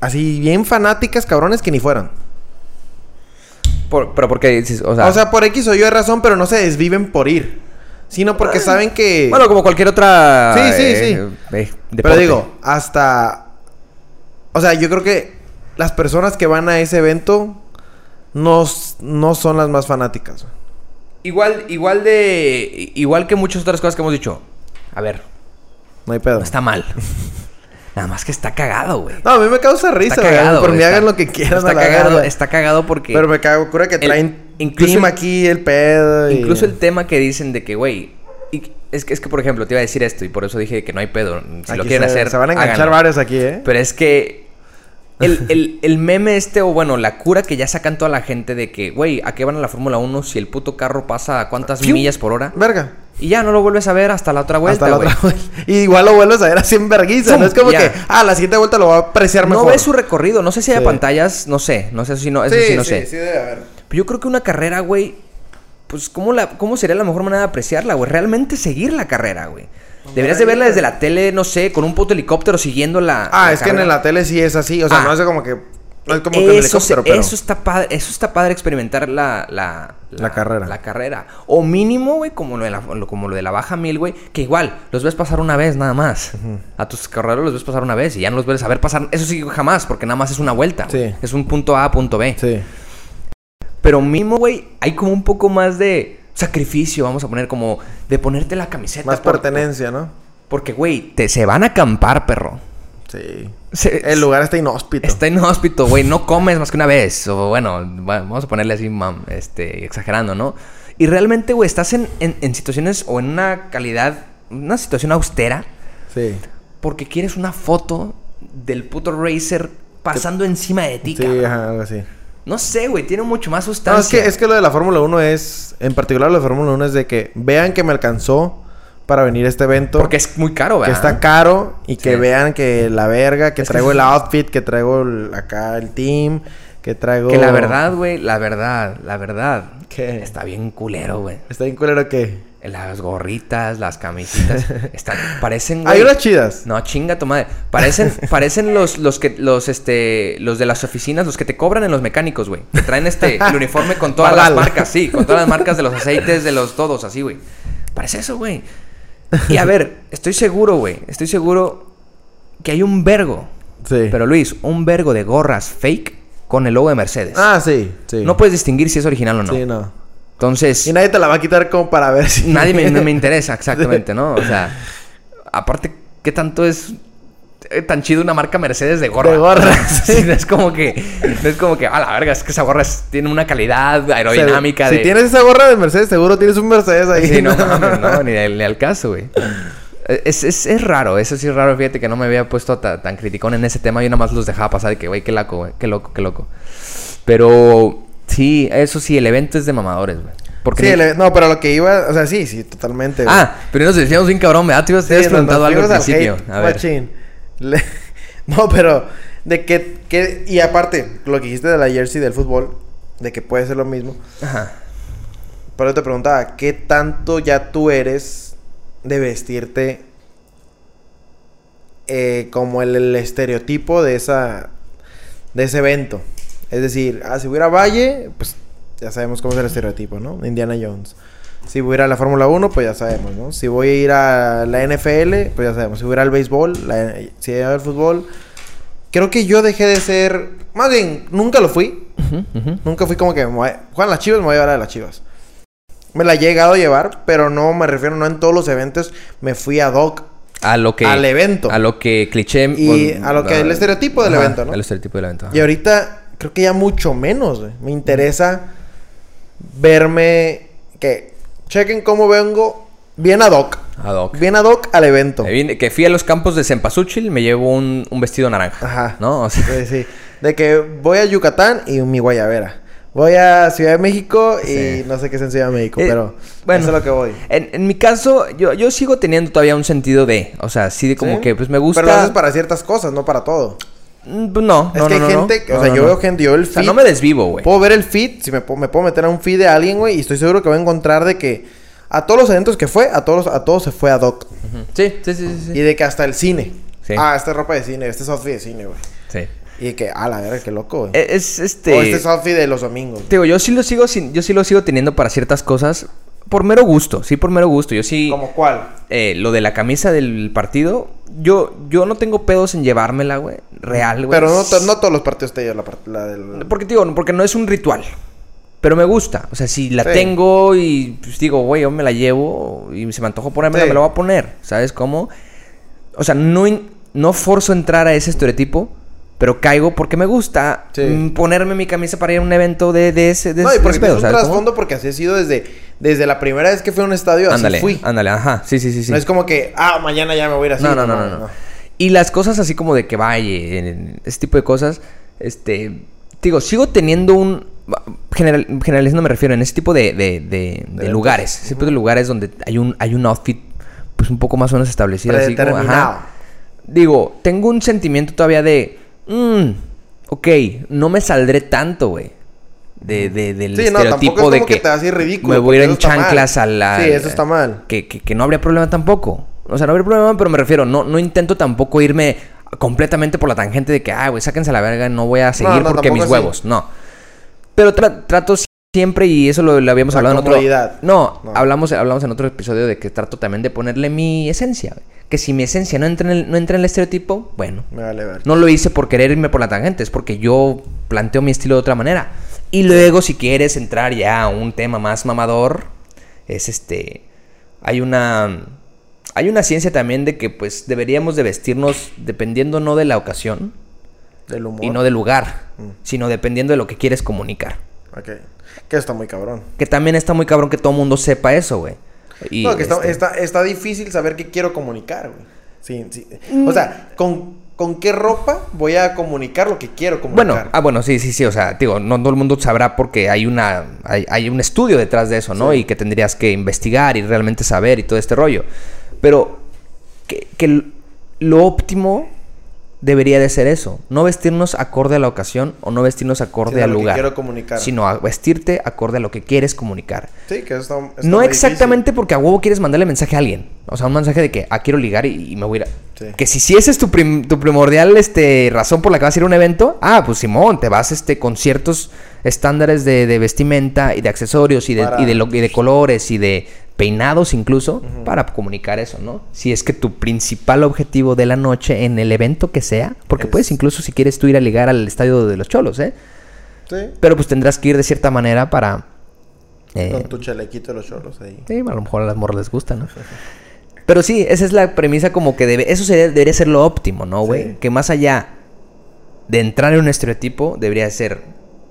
Speaker 2: así bien fanáticas, cabrones, que ni fueran.
Speaker 1: por- pero porque dices, o sea...
Speaker 2: O sea, por X o Y razón, pero no se desviven por ir. Sino porque saben que...
Speaker 1: bueno, como cualquier otra... eh,
Speaker 2: Sí, sí,
Speaker 1: sí.
Speaker 2: pero digo, hasta... O sea, yo creo que las personas que van a ese evento no, s- no son las más fanáticas. güey.
Speaker 1: Igual, igual de... Igual que muchas otras cosas que hemos dicho. A ver,
Speaker 2: No hay pedo.
Speaker 1: no está mal. Nada más que está cagado, güey.
Speaker 2: No, a mí me causa risa,
Speaker 1: está
Speaker 2: güey.
Speaker 1: cagado.
Speaker 2: Por
Speaker 1: güey,
Speaker 2: mí
Speaker 1: está-
Speaker 2: hagan lo que quieran. a
Speaker 1: Está
Speaker 2: la
Speaker 1: cagado,
Speaker 2: verga.
Speaker 1: está cagado porque...
Speaker 2: Pero me cago, cura que
Speaker 1: El-
Speaker 2: traen
Speaker 1: incluso-
Speaker 2: clima aquí, el pedo. y-
Speaker 1: Incluso el tema que dicen de que, güey, y- es que, es que, por ejemplo, te iba a decir esto y por eso dije que no hay pedo. Si lo
Speaker 2: Aquí
Speaker 1: quieren
Speaker 2: se-
Speaker 1: hacer,
Speaker 2: Se van a enganchar
Speaker 1: háganlo.
Speaker 2: varios aquí, ¿eh?
Speaker 1: Pero es que el, el- el meme este, o bueno, la cura que ya sacan toda la gente de que, güey, ¿a qué van a la Fórmula 1 si el puto carro pasa a cuántas
Speaker 2: Fiu.
Speaker 1: millas por hora?
Speaker 2: Verga.
Speaker 1: Y ya no lo vuelves a ver hasta la otra vuelta,
Speaker 2: Hasta la
Speaker 1: güey.
Speaker 2: otra vuelta. Y igual lo vuelves a ver así en vergüenza.
Speaker 1: ¡Zum!
Speaker 2: No es como
Speaker 1: Ya.
Speaker 2: que, ah, la siguiente vuelta lo va a apreciar
Speaker 1: No
Speaker 2: mejor.
Speaker 1: ves su recorrido, no sé si hay
Speaker 2: Sí.
Speaker 1: pantallas, no sé, no sé si no, eso sí, no sé.
Speaker 2: debe haber.
Speaker 1: Pero yo creo que una carrera, güey, pues ¿cómo, la, ¿cómo sería la mejor manera de apreciarla, güey? Realmente seguir la carrera, güey. Deberías de verla desde la tele, no sé, con un puto helicóptero siguiendo la...
Speaker 2: Ah, es que en
Speaker 1: carrera.
Speaker 2: la tele sí es así. O sea,
Speaker 1: Ah.
Speaker 2: no es como que. No es como que el
Speaker 1: eso, se-
Speaker 2: helicóptero, pero.
Speaker 1: eso está padre, eso está padre experimentar la, la,
Speaker 2: La carrera.
Speaker 1: La carrera. O mínimo, güey, como lo de la, lo- como lo de la baja mil, güey, que igual los ves pasar una vez nada más. A tus corredores los ves pasar una vez y ya no los ves a ver pasar. Eso sí jamás, porque nada más es una vuelta. güey.
Speaker 2: Sí.
Speaker 1: Es un punto A, punto B.
Speaker 2: Sí.
Speaker 1: Pero mínimo, güey, hay como un poco más de sacrificio, vamos a poner como de ponerte la camiseta.
Speaker 2: Más
Speaker 1: por-
Speaker 2: pertenencia, ¿no?
Speaker 1: Porque, güey, te se van a acampar, perro.
Speaker 2: Sí.
Speaker 1: Se-
Speaker 2: El lugar está inhóspito.
Speaker 1: Está en hospital, güey. No comes más que una vez. O bueno, va- vamos a ponerle así, mam, este, exagerando, ¿no? Y realmente, güey, estás en, en- en situaciones o en una calidad, una situación austera,
Speaker 2: Sí.
Speaker 1: porque quieres una foto del puto racer pasando encima de ti,
Speaker 2: Sí,
Speaker 1: cabrón.
Speaker 2: ajá, algo así.
Speaker 1: No sé, güey, tiene mucho más
Speaker 2: No, es
Speaker 1: sustancia.
Speaker 2: que, es que lo de la Fórmula 1 es. En particular, lo de Fórmula 1 es de que vean que me alcanzó para venir a este evento.
Speaker 1: Porque es muy caro,
Speaker 2: Que
Speaker 1: ¿verdad?
Speaker 2: está caro y que
Speaker 1: Pues, Sí.
Speaker 2: vean que la verga, que
Speaker 1: Es que
Speaker 2: traigo
Speaker 1: sí.
Speaker 2: el outfit, que traigo el- acá el team, que traigo.
Speaker 1: Que la verdad, güey, la verdad, la verdad.
Speaker 2: ¿Qué?
Speaker 1: Está bien culero, güey.
Speaker 2: Está bien culero que.
Speaker 1: Las gorritas, las camisitas, están, parecen, güey.
Speaker 2: Hay unas chidas.
Speaker 1: No, chinga tu madre. Parecen, parecen los, los que, los, este, los de las oficinas, los que te cobran en los mecánicos, güey. Que traen este, el uniforme con todas las
Speaker 2: Badal.
Speaker 1: marcas, sí, con todas las marcas de los aceites, de los todos, así, güey. Parece eso, güey. Y a ver, estoy seguro, güey, estoy seguro que hay un vergo.
Speaker 2: Sí.
Speaker 1: Pero Luis, un vergo de gorras fake con el logo de Mercedes.
Speaker 2: Ah, sí, sí.
Speaker 1: No puedes distinguir si es original o no.
Speaker 2: Sí, no.
Speaker 1: Entonces,
Speaker 2: Y nadie te la va a quitar como para ver si.
Speaker 1: nadie me, no me interesa, exactamente, ¿no? O sea, aparte, ¿qué tanto es eh, tan chido una marca Mercedes de gorra?
Speaker 2: De gorra,
Speaker 1: Sí, no es como que, no es como que, a la verga, es que esa gorra es- tiene una calidad
Speaker 2: O sea,
Speaker 1: aerodinámica
Speaker 2: Si
Speaker 1: de...
Speaker 2: tienes esa gorra de Mercedes, seguro tienes un Mercedes ahí.
Speaker 1: Sí, no, mames, no, ni, al- ni al caso, güey. Es, es, es raro, eso sí es raro. Fíjate que no me había puesto ta- tan criticón en ese tema. Yo nada más los dejaba pasar de que, güey, qué loco, güey, qué loco, qué loco. Pero sí, eso sí, el evento es de mamadores, güey. Porque
Speaker 2: Sí,
Speaker 1: ni-
Speaker 2: el- no, pero lo que iba, o sea, sí, sí, totalmente. Este, güey.
Speaker 1: Ah, pero nos decíamos bien cabrón, ¿verdad? Te ibas- te habías
Speaker 2: Sí, nos-
Speaker 1: preguntado
Speaker 2: nos
Speaker 1: algo al
Speaker 2: fuimos al
Speaker 1: principio.
Speaker 2: hate,
Speaker 1: A ver.
Speaker 2: machín. Le- no, pero de que, que- y aparte, lo que dijiste de la jersey del fútbol, de que puede ser lo mismo.
Speaker 1: Ajá.
Speaker 2: Pero yo te preguntaba, ¿qué tanto ya tú eres de vestirte eh, como el, el estereotipo de esa de ese evento? Es decir, ah, si hubiera Valle, pues ya sabemos cómo es el estereotipo, ¿no? Indiana Jones. Si voy a ir a la Fórmula 1, pues ya sabemos, ¿no? Si voy a ir a la NFL, pues ya sabemos. Si voy a ir al béisbol, la- si voy a ir al fútbol. Creo que yo dejé de ser... Más bien, nunca lo fui.
Speaker 1: Ujú, ujú.
Speaker 2: Nunca fui como que me voy a- Juegan las chivas, me voy a llevar a las chivas. Me la he llegado a llevar, pero no me refiero, no en todos los eventos me fui a Doc.
Speaker 1: A lo que.
Speaker 2: Al evento.
Speaker 1: A lo que cliché.
Speaker 2: Y
Speaker 1: o-
Speaker 2: a lo que el estereotipo del
Speaker 1: Ajá,
Speaker 2: evento, ¿no?
Speaker 1: El estereotipo del evento. ajá.
Speaker 2: Y ahorita creo que ya mucho menos, güey. Me interesa verme que chequen cómo vengo bien a Doc.
Speaker 1: Ad hoc.
Speaker 2: Bien a Doc al evento.
Speaker 1: Me vine- que fui a los campos de Cempasúchil, me llevo un, un vestido naranja.
Speaker 2: Ajá.
Speaker 1: ¿No? O sea,
Speaker 2: Sí, sí. De que voy a Yucatán y mi guayabera. Voy a Ciudad de México y
Speaker 1: Sí.
Speaker 2: no sé qué es en Ciudad de México,
Speaker 1: Eh,
Speaker 2: pero
Speaker 1: bueno.
Speaker 2: eso es lo que voy.
Speaker 1: en, en mi caso, yo, yo sigo teniendo todavía un sentido de. O sea, sí, de como
Speaker 2: Sí.
Speaker 1: que pues me gusta.
Speaker 2: Pero lo haces para ciertas cosas, no para todo.
Speaker 1: Mm, pues, No,
Speaker 2: Es
Speaker 1: no,
Speaker 2: que
Speaker 1: no,
Speaker 2: hay
Speaker 1: no,
Speaker 2: gente, que-
Speaker 1: no,
Speaker 2: o sea,
Speaker 1: no,
Speaker 2: yo
Speaker 1: no.
Speaker 2: veo gente, yo veo el
Speaker 1: O
Speaker 2: feed.
Speaker 1: sea, no me desvivo, güey.
Speaker 2: Puedo ver el feed, si me, puedo- me puedo meter a un feed de alguien, güey, y estoy seguro que voy a encontrar de que a todos los eventos que fue, a todos, a todos se fue a Doc.
Speaker 1: Ujú. Sí, sí, sí, sí.
Speaker 2: Y
Speaker 1: sí.
Speaker 2: de que hasta el cine.
Speaker 1: Sí.
Speaker 2: Ah, esta es ropa de cine, este es outfit de cine, güey.
Speaker 1: Sí.
Speaker 2: Y de que, ah, la verga, qué loco, güey.
Speaker 1: E- Es
Speaker 2: O este es outfit de los domingos.
Speaker 1: Te Digo, yo sí lo sigo sin- yo sí lo sigo teniendo para ciertas cosas por mero gusto, sí por mero gusto. Yo sí
Speaker 2: ¿Como cuál?
Speaker 1: eh, lo de la camisa del partido, yo yo no tengo pedos en llevármela, güey, real, güey.
Speaker 2: Pero no, to- no todos los partidos te llevan la, part- la del...
Speaker 1: porque te digo, porque no es un ritual. Pero me gusta, o sea, si la
Speaker 2: Sí.
Speaker 1: tengo y pues, digo, güey, yo me la llevo y se me antojó ponérmela,
Speaker 2: Sí.
Speaker 1: me la voy a poner, ¿sabes cómo? O sea, no in- no forzo a entrar a ese estereotipo. Pero caigo porque me gusta
Speaker 2: Sí.
Speaker 1: mm, ponerme mi camisa para ir a un evento de, de ese... De
Speaker 2: No, y
Speaker 1: ese
Speaker 2: porque
Speaker 1: pedo,
Speaker 2: es un
Speaker 1: ¿sabes cómo?
Speaker 2: trasfondo porque así ha sido desde, desde la primera vez que fui a un estadio,
Speaker 1: Ándale,
Speaker 2: así fui.
Speaker 1: ándale, ajá. Sí, sí, sí, sí.
Speaker 2: No es como que, ah, mañana ya me voy a ir así.
Speaker 1: no, no, no, no, no. Y las cosas así como de que valle, en- en ese tipo de cosas, este, digo, sigo teniendo un general, generalizando me refiero en ese tipo de, de, de- de
Speaker 2: eventos.
Speaker 1: lugares, ese tipo de lugares donde hay un hay un outfit pues un poco más o menos establecido así como,
Speaker 2: Predeterminado.
Speaker 1: ajá. Digo, tengo un sentimiento todavía de, mm, ok, no me saldré tanto, güey. De, de, del
Speaker 2: Sí, no, tampoco
Speaker 1: estereotipo
Speaker 2: es
Speaker 1: de
Speaker 2: como
Speaker 1: que,
Speaker 2: que te vas a ir ridículo,
Speaker 1: me voy a ir
Speaker 2: porque
Speaker 1: en
Speaker 2: eso está mal.
Speaker 1: chanclas a la...
Speaker 2: Sí, eso está mal.
Speaker 1: Que, que- que no habría problema tampoco. O sea, no habría problema, pero me refiero, no, no intento tampoco irme completamente por la tangente de que, ah, güey, sáquense a la verga, no voy a seguir
Speaker 2: no,
Speaker 1: porque mis
Speaker 2: tampoco
Speaker 1: huevos.
Speaker 2: así.
Speaker 1: No. Pero tra- trato siempre, y eso lo, lo habíamos
Speaker 2: La
Speaker 1: hablado en otro.
Speaker 2: comodidad.
Speaker 1: No,
Speaker 2: No.
Speaker 1: Hablamos, hablamos en otro episodio de que trato también de ponerle mi esencia. güey. Que si mi esencia no entra en el, no entra en el estereotipo, bueno.
Speaker 2: Me vale ver.
Speaker 1: No lo hice por querer irme por la tangente, es porque yo planteo mi estilo de otra manera. Y luego, si quieres entrar ya a un tema más mamador, es este. Hay una. Hay una ciencia también de que pues deberíamos de vestirnos dependiendo no de la ocasión
Speaker 2: Del humor.
Speaker 1: y no del lugar,
Speaker 2: Mm.
Speaker 1: sino dependiendo de lo que quieres comunicar.
Speaker 2: Ok. Que está muy cabrón.
Speaker 1: Que también está muy cabrón que todo mundo sepa eso, güey. Y,
Speaker 2: no, que está,
Speaker 1: este,
Speaker 2: está, está difícil saber qué quiero comunicar, güey. Sí, sí. O sea, ¿con, con qué ropa voy a comunicar lo que quiero
Speaker 1: Bueno,
Speaker 2: comunicar?
Speaker 1: ah, bueno, sí, sí, sí, o sea, digo, no todo el mundo sabrá porque hay una, hay, hay un estudio detrás de eso, ¿no?
Speaker 2: Sí.
Speaker 1: Y que tendrías que investigar y realmente saber y todo este rollo. Pero que, que l- lo óptimo debería de ser eso, no vestirnos acorde a la ocasión o no vestirnos acorde
Speaker 2: Sino a
Speaker 1: al
Speaker 2: lo que
Speaker 1: lugar,
Speaker 2: quiero comunicar.
Speaker 1: sino a vestirte acorde a lo que quieres comunicar.
Speaker 2: Sí, que eso está, está
Speaker 1: no
Speaker 2: muy
Speaker 1: exactamente porque a huevo quieres mandarle mensaje a alguien. O sea, un mensaje de que, ah, quiero ligar y, y me voy a ir. a-".
Speaker 2: Sí.
Speaker 1: Que si, si esa es tu, prim- tu primordial este, razón por la que vas a ir a un evento, ah, pues Simón, te vas este, con ciertos estándares de, de vestimenta y de accesorios y de,
Speaker 2: Para-
Speaker 1: y de, lo- y de colores y de peinados incluso para comunicar eso, ¿no? Si es que tu principal objetivo de la noche en el evento que sea, porque
Speaker 2: Es-
Speaker 1: puedes incluso si quieres tú ir a ligar al estadio de los cholos, ¿eh?
Speaker 2: difícil. Sí.
Speaker 1: Pero pues tendrás que ir de cierta manera para... eh,
Speaker 2: Con tu chalequito de los chorros ahí.
Speaker 1: Sí, a lo mejor a las morras les gusta, ¿no? Pero sí, esa es la premisa como que debe... Eso sería- debería ser lo óptimo, ¿no, güey?
Speaker 2: Sí.
Speaker 1: Que más allá de entrar en un estereotipo, debería ser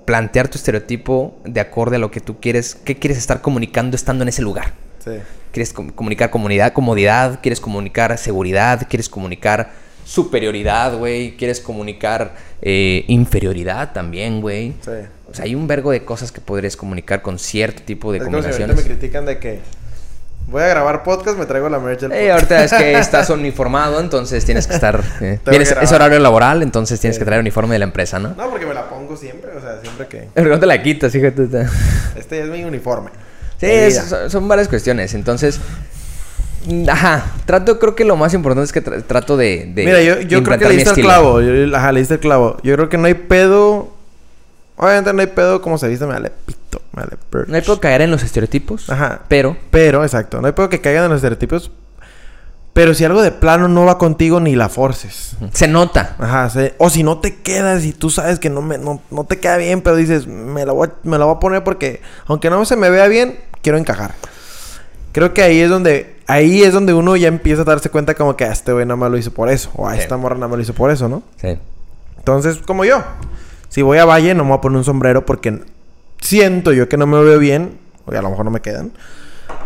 Speaker 1: plantear tu estereotipo de acorde a lo que tú quieres... ¿Qué quieres estar comunicando estando en ese lugar?
Speaker 2: Sí.
Speaker 1: Quieres com- comunicar comunidad, comodidad, quieres comunicar seguridad, quieres comunicar superioridad, güey, quieres comunicar eh, inferioridad también, güey.
Speaker 2: Sí.
Speaker 1: O sea, hay un vergo de cosas que podrías comunicar con cierto tipo de
Speaker 2: Es como si ahorita
Speaker 1: comunicaciones.
Speaker 2: me critican de que voy a grabar podcast, me traigo la merch del
Speaker 1: Eh, ahorita es que estás uniformado, entonces tienes que estar. eh,
Speaker 2: que
Speaker 1: tienes- es
Speaker 2: grabar.
Speaker 1: horario laboral, entonces tienes
Speaker 2: Sí.
Speaker 1: que traer uniforme de la empresa, ¿no?
Speaker 2: podcast. No, porque me la pongo siempre, o sea, siempre que...
Speaker 1: Pero no te la quitas, fíjate. te-
Speaker 2: Este es mi uniforme.
Speaker 1: Sí,
Speaker 2: De
Speaker 1: es-
Speaker 2: vida.
Speaker 1: son, son varias cuestiones. Entonces, mm, ajá, trato, creo que lo más importante es que tra- trato de, de
Speaker 2: Mira, yo, yo creo que
Speaker 1: implantar
Speaker 2: le
Speaker 1: mi
Speaker 2: diste el
Speaker 1: estilo.
Speaker 2: clavo. yo- ajá, le diste el clavo. Yo creo que no hay pedo... Obviamente no hay pedo como se viste, me vale pito, me vale perch.
Speaker 1: No hay por caer en los estereotipos,
Speaker 2: Ajá.
Speaker 1: pero
Speaker 2: Pero, exacto, no hay pedo que caigan en los estereotipos. Pero si algo de plano no va contigo, ni la forces.
Speaker 1: se nota.
Speaker 2: Ajá, se- o si no te quedas y tú sabes que no, me, no, no te queda bien, pero dices, me la, voy a, me la voy a poner porque aunque no se me vea bien, quiero encajar. Creo que ahí es donde ahí es donde uno ya empieza a darse cuenta como que "Ah, este güey no me lo hizo por eso, o a
Speaker 1: Sí.
Speaker 2: esta morra no me lo hizo por eso, ¿no?
Speaker 1: Sí.
Speaker 2: Entonces, como yo, si voy a Valle no me voy a poner un sombrero porque siento yo que no me veo bien, o a lo mejor no me quedan,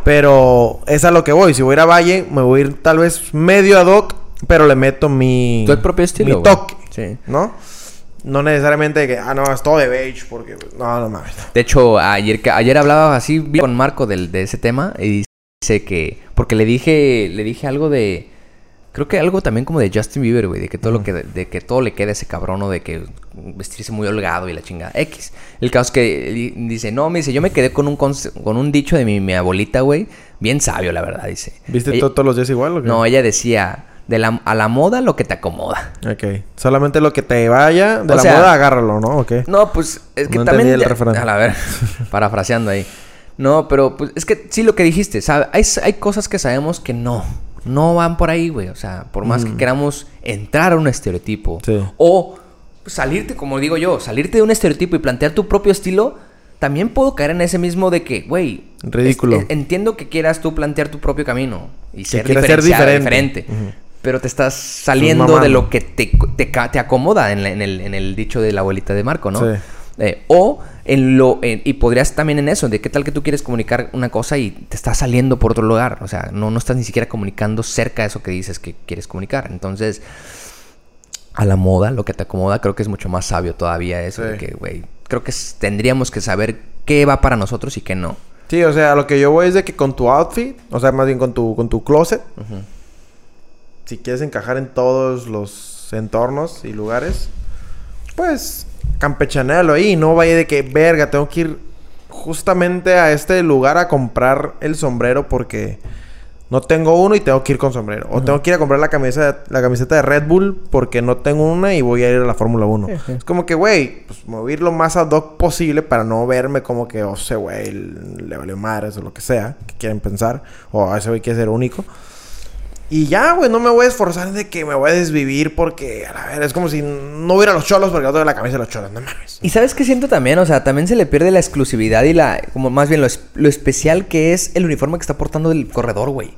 Speaker 2: pero es a lo que voy. Si voy a ir a Valle, me voy a ir tal vez medio ad hoc, pero le meto mi,
Speaker 1: Tu propio estilo.
Speaker 2: mi
Speaker 1: güey.
Speaker 2: toque.
Speaker 1: Sí.
Speaker 2: ¿No? No necesariamente que, ah, no, es todo de beige, porque. No, no mames.
Speaker 1: De hecho, ayer, que- ayer hablaba así bien con Marco del- de ese tema y dice que... Porque le dije, le dije algo de... Creo que algo también como de Justin Bieber, güey. De que todo lo que... De que todo le queda a ese cabrón o de que vestirse muy holgado y la chingada. X. El caso es que di- dice... No, me dice... Yo me quedé con un, conce- con un dicho de mi, mi abuelita, güey. Bien sabio, la verdad, dice.
Speaker 2: ¿Viste
Speaker 1: Ella-
Speaker 2: to- todos los días igual o qué?
Speaker 1: No, ella decía... De la, a la moda lo que te acomoda.
Speaker 2: Ok. Solamente lo que te vaya de
Speaker 1: O
Speaker 2: la
Speaker 1: sea-
Speaker 2: moda, agárralo, ¿no? Ok.
Speaker 1: No, pues es que
Speaker 2: ¿eh? No
Speaker 1: también.
Speaker 2: entendí el
Speaker 1: ya-
Speaker 2: refrán.
Speaker 1: A la ver, parafraseando ahí. No, pero pues es que sí lo que dijiste, ¿sabes? Hay, hay cosas que sabemos que no. No van por ahí, güey. O sea, por más que queramos entrar a un estereotipo.
Speaker 2: Mm. Sí.
Speaker 1: O salirte, como digo yo, salirte de un estereotipo y plantear tu propio estilo. También puedo caer en ese mismo de que, güey.
Speaker 2: Ridículo.
Speaker 1: es- entiendo que quieras tú plantear tu propio camino y ser,
Speaker 2: quieras ser
Speaker 1: diferenciado, diferente.
Speaker 2: diferente.
Speaker 1: Pero te estás saliendo
Speaker 2: mamando.
Speaker 1: de lo que te, te ca- te acomoda en, la- en el, en el dicho de la abuelita de Marco, ¿no?
Speaker 2: Sí.
Speaker 1: Eh, o en lo. en- y podrías también en eso, de qué tal que tú quieres comunicar una cosa y te estás saliendo por otro lugar. O sea, no, no estás ni siquiera comunicando cerca de eso que dices que quieres comunicar. Entonces, a la moda, lo que te acomoda, creo que es mucho más sabio todavía eso.
Speaker 2: Sí.
Speaker 1: de que, güey, creo que s- tendríamos que saber qué va para nosotros y qué no.
Speaker 2: Sí, o sea, lo que yo voy es de que con tu outfit, o sea, más bien con tu, con tu closet, si quieres encajar en todos los entornos y lugares, pues campechanealo ahí. No vaya de que, verga, tengo que ir justamente a este lugar a comprar el sombrero porque no tengo uno y tengo que ir con sombrero. O tengo que ir a comprar la camisa, la camiseta de Red Bull porque no tengo una y voy a ir a la Fórmula 1.
Speaker 1: Ujú.
Speaker 2: Es como que, güey, pues mover lo más ad hoc posible para no verme como que, oh, ese güey le valió madres o lo que sea, que quieren pensar. O "Ah, ese güey quiere ser único. Y ya, güey, no me voy a esforzar de que me voy a desvivir porque, a la ver, es como si no hubiera los cholos porque no tengo la camisa de los cholos, no mames.
Speaker 1: Y sabes qué siento también, o sea, también se le pierde la exclusividad y la, como más bien lo, es- lo especial que es el uniforme que está portando el corredor, güey.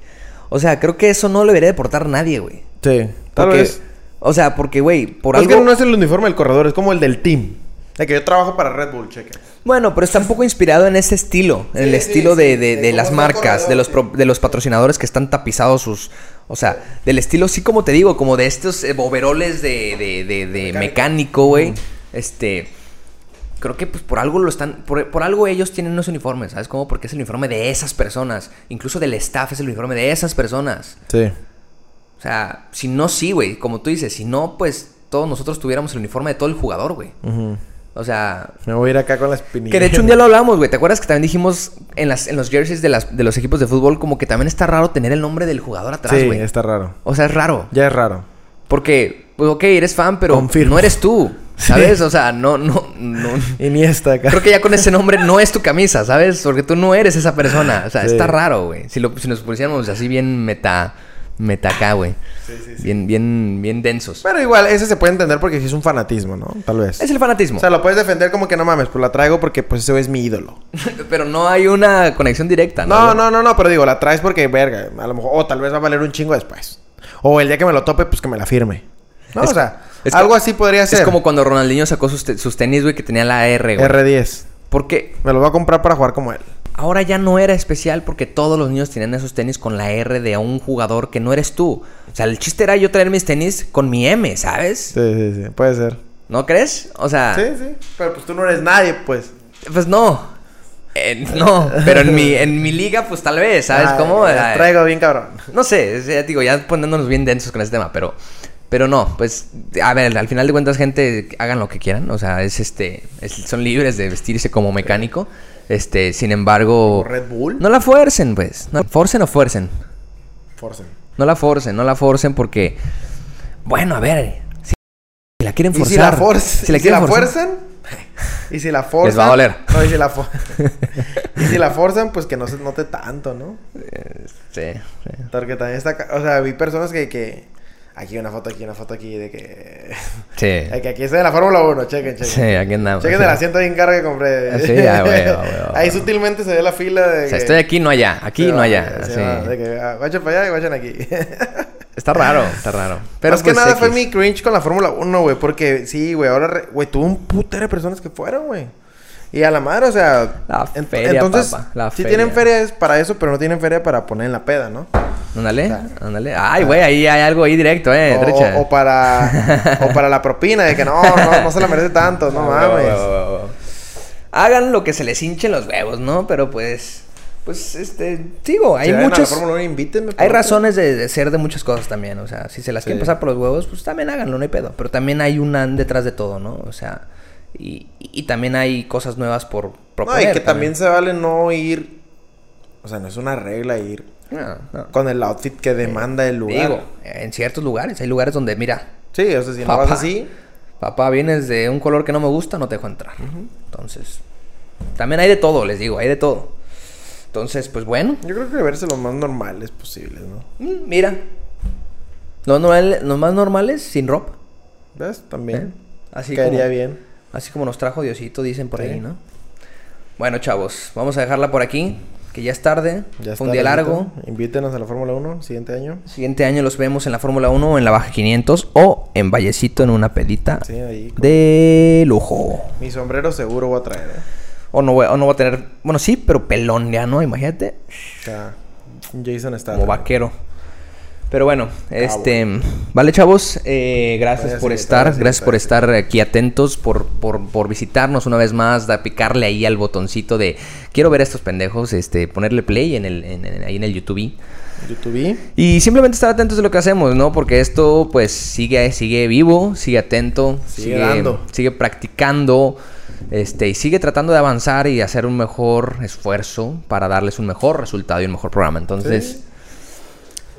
Speaker 1: O sea, creo que eso no lo debería de portar nadie, güey.
Speaker 2: Sí, tal
Speaker 1: Porque-
Speaker 2: vez.
Speaker 1: O sea, porque, güey, por
Speaker 2: es
Speaker 1: algo...
Speaker 2: que no es el uniforme del corredor, es como el del team. De que yo trabajo para Red Bull, cheque.
Speaker 1: Bueno, pero está un poco inspirado en ese estilo, en el
Speaker 2: Sí,
Speaker 1: estilo
Speaker 2: sí, sí,
Speaker 1: de, de-
Speaker 2: de
Speaker 1: de
Speaker 2: cómo está
Speaker 1: las
Speaker 2: el
Speaker 1: marcas, de
Speaker 2: corredor,
Speaker 1: los,
Speaker 2: sí.
Speaker 1: pro- de los patrocinadores que están tapizados sus... O sea, del estilo, sí, como te digo, como de estos eh, overoles de, de, de- de mecánico, güey. Este... Creo que pues por algo lo están, por, por algo ellos tienen unos uniformes, ¿sabes cómo? Porque es el uniforme de esas personas, incluso del staff es el uniforme de esas personas.
Speaker 2: Sí.
Speaker 1: O sea, si no, sí, güey, como tú dices, si no, pues todos nosotros tuviéramos el uniforme de todo el jugador, güey. O sea,
Speaker 2: Me voy a ir acá con la espinilla.
Speaker 1: que de hecho un día lo hablamos, güey. ¿Te acuerdas que también dijimos en, las, en los jerseys de, las, de los equipos de fútbol como que también está raro tener el nombre del jugador atrás,
Speaker 2: Sí,
Speaker 1: güey?
Speaker 2: está raro.
Speaker 1: O sea, es raro.
Speaker 2: Ya es raro.
Speaker 1: Porque, pues, ok, eres fan, pero
Speaker 2: Confirmo.
Speaker 1: no eres tú, ¿sabes? O sea, no, no, no.
Speaker 2: Iniesta acá.
Speaker 1: Creo que ya con ese nombre no es tu camisa, ¿sabes? Porque tú no eres esa persona. O sea,
Speaker 2: Sí.
Speaker 1: está raro, güey. Si, lo- si nos pusiéramos así bien meta, meta acá, güey. Bien, bien, bien densos.
Speaker 2: Pero igual, ese se puede entender porque sí es un fanatismo, ¿no? Tal vez.
Speaker 1: Es el fanatismo.
Speaker 2: O sea, lo puedes defender como que no mames, pues la traigo porque pues ese güey es mi ídolo.
Speaker 1: pero no hay una conexión directa, ¿no?
Speaker 2: No, no, no, no, pero digo, la traes porque, verga, a lo mejor, o tal vez va a valer un chingo después. O el día que me lo tope, pues que me la firme. No,
Speaker 1: Es-
Speaker 2: o sea,
Speaker 1: es
Speaker 2: algo
Speaker 1: co-
Speaker 2: así podría ser.
Speaker 1: Es como cuando Ronaldinho sacó sus, te- sus tenis, güey, que tenía la R, güey.
Speaker 2: R10.
Speaker 1: Porque
Speaker 2: Me lo voy a comprar para jugar como él.
Speaker 1: Ahora ya no era especial porque todos los niños tenían esos tenis con la R de un jugador que no eres tú. O sea, el chiste era yo traer mis tenis con mi M, ¿sabes?
Speaker 2: Sí, sí, sí. Puede ser.
Speaker 1: ¿No crees? O sea,
Speaker 2: Sí, sí. Pero pues tú no eres nadie, pues.
Speaker 1: pues no. Eh, no, pero en mi, en mi liga, pues tal vez, ¿sabes
Speaker 2: Ah,
Speaker 1: cómo?
Speaker 2: la
Speaker 1: Era-
Speaker 2: Traigo bien cabrón.
Speaker 1: No sé, es- ya te digo, ya poniéndonos bien densos con este tema, pero. Pero no, pues, a ver, al final de cuentas, gente, hagan lo que quieran. O sea, es este. es- son libres de vestirse como mecánico. Este, sin embargo.
Speaker 2: Como Red Bull.
Speaker 1: No la fuercen, pues. No, forcen o fuercen.
Speaker 2: Forcen.
Speaker 1: No la forcen, no la forcen porque. Bueno, a ver. Si si la quieren
Speaker 2: Y
Speaker 1: forzar.
Speaker 2: si la, for- si la
Speaker 1: quieren forzar-
Speaker 2: fuerzan. Y si la forzan.
Speaker 1: Les va a doler.
Speaker 2: No, y si la, for- y si la forzan, pues que no se note tanto, ¿no?
Speaker 1: Sí, sí.
Speaker 2: Porque también está. ca- O sea, vi personas que. que... Aquí una foto, aquí una foto, aquí de que.
Speaker 1: Sí.
Speaker 2: de que aquí está en la Fórmula 1, chequen, chequen.
Speaker 1: Sí, aquí andamos.
Speaker 2: Chequen
Speaker 1: Sí.
Speaker 2: el asiento bien carga que compré.
Speaker 1: Sí, ah, güey, ah, güey, ah,
Speaker 2: Ahí
Speaker 1: güey.
Speaker 2: sutilmente se ve la fila de.
Speaker 1: O sea,
Speaker 2: que-
Speaker 1: estoy aquí, no allá. Aquí,
Speaker 2: se
Speaker 1: no
Speaker 2: va,
Speaker 1: allá.
Speaker 2: se
Speaker 1: sí.
Speaker 2: va, de que, ah, guachen para allá y guachen aquí.
Speaker 1: Está raro, está raro.
Speaker 2: Pero
Speaker 1: Pero
Speaker 2: Más que
Speaker 1: pues,
Speaker 2: nada fue
Speaker 1: X.
Speaker 2: mi cringe con la Fórmula 1, güey. Porque sí, güey, ahora, re- güey, tuvo un putero de personas que fueron, güey. Y a la madre, o sea.
Speaker 1: La
Speaker 2: ent-
Speaker 1: feria,
Speaker 2: entonces,
Speaker 1: papá, la
Speaker 2: sí
Speaker 1: feria.
Speaker 2: tienen ferias para eso, pero no tienen feria para poner en la peda, ¿no?
Speaker 1: Ándale, ándale. Ay, güey, ahí hay algo ahí directo, eh,
Speaker 2: o,
Speaker 1: derecha.
Speaker 2: o- o para o para la propina, de que no, no, no se la merece tanto, no
Speaker 1: Ah, güey,
Speaker 2: mames.
Speaker 1: güey, güey, güey. Hagan lo que se les hinchen los huevos, ¿no? Pero pues, pues, este, digo, hay
Speaker 2: Si vayan a la
Speaker 1: muchos...
Speaker 2: Fórmula 1, invítenme,
Speaker 1: Hay
Speaker 2: por favor.
Speaker 1: razones de, de ser de muchas cosas también, o sea, si se las quieren
Speaker 2: Sí.
Speaker 1: pasar por los huevos, pues también háganlo, no hay pedo. Pero también hay un an detrás de todo, ¿no? O sea, y, y también hay cosas nuevas por
Speaker 2: No,
Speaker 1: proponer.
Speaker 2: y que también se vale no ir. O sea, no es una regla ir
Speaker 1: No, no.
Speaker 2: con el outfit que demanda el lugar.
Speaker 1: Digo, en ciertos lugares, hay lugares donde, mira,
Speaker 2: Sí, o sea, si no
Speaker 1: Papá.
Speaker 2: vas así,
Speaker 1: Papá, vienes de un color que no me gusta, no te dejo entrar. Entonces, también hay de todo, les digo, hay de todo. Entonces, pues bueno,
Speaker 2: yo creo que verse lo más normales posibles, ¿no?
Speaker 1: mm, mira. Los, normal- los más normales, sin ropa.
Speaker 2: ¿Ves? También.
Speaker 1: ¿Eh? Así
Speaker 2: Quedaría
Speaker 1: como-
Speaker 2: bien.
Speaker 1: Así como nos trajo Diosito, dicen por
Speaker 2: Sí.
Speaker 1: ahí, ¿no? Bueno, chavos, vamos a dejarla por aquí, que ya es tarde.
Speaker 2: Ya
Speaker 1: Fue un
Speaker 2: está,
Speaker 1: día
Speaker 2: la
Speaker 1: largo.
Speaker 2: neta. Invítenos a la Fórmula 1 siguiente año.
Speaker 1: Siguiente año los vemos en la Fórmula 1 o en la Baja 500 o en Vallecito en una pedita
Speaker 2: Sí, ahí. con-
Speaker 1: de lujo.
Speaker 2: Mi sombrero seguro voy a traer, ¿eh?
Speaker 1: O no, voy, o no voy a tener. Bueno, sí, pero pelón ya, ¿no? Imagínate.
Speaker 2: O sea, Jason está.
Speaker 1: Como vaquero. Pero bueno, este. Vale, chavos. eh, gracias
Speaker 2: Vaya,
Speaker 1: por
Speaker 2: sí,
Speaker 1: estar.
Speaker 2: vaya, sí,
Speaker 1: gracias por
Speaker 2: vaya, sí.
Speaker 1: estar aquí atentos. Por, por, por visitarnos una vez más. Da picarle ahí al botoncito de. Quiero ver a estos pendejos. Este. Ponerle play en el, en- en- ahí en el YouTube.
Speaker 2: YouTube.
Speaker 1: Y simplemente estar atentos de lo que hacemos, ¿no? Porque esto, pues, sigue, sigue vivo, sigue atento,
Speaker 2: Sigue dando.
Speaker 1: sigue practicando, este, y sigue tratando de avanzar y hacer un mejor esfuerzo para darles un mejor resultado y un mejor programa. Entonces,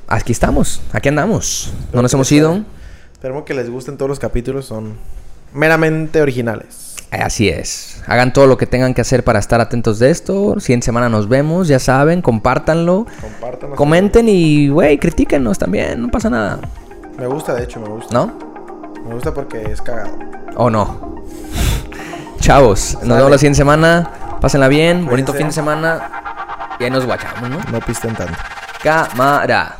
Speaker 1: aquí estamos, aquí andamos. No nos
Speaker 2: que
Speaker 1: hemos
Speaker 2: les
Speaker 1: ido.
Speaker 2: agrade. Esperemos que les gusten todos los capítulos. Son meramente originales.
Speaker 1: Así es. Hagan todo lo que tengan que hacer para estar atentos de esto. Siguiente semana nos vemos, ya saben, compártanlo.
Speaker 2: Compártanos.
Speaker 1: Comenten y, güey, critíquenos también, no pasa nada,
Speaker 2: Me gusta, de hecho, me gusta.
Speaker 1: ¿no?
Speaker 2: Me gusta porque es cagado.
Speaker 1: ¿O no? Chavos, nos vemos la siguiente semana. Pásenla bien, bonito
Speaker 2: Cuídense.
Speaker 1: fin de semana. Y ahí nos guachamos, ¿no?
Speaker 2: No pisten tanto.
Speaker 1: Cámara.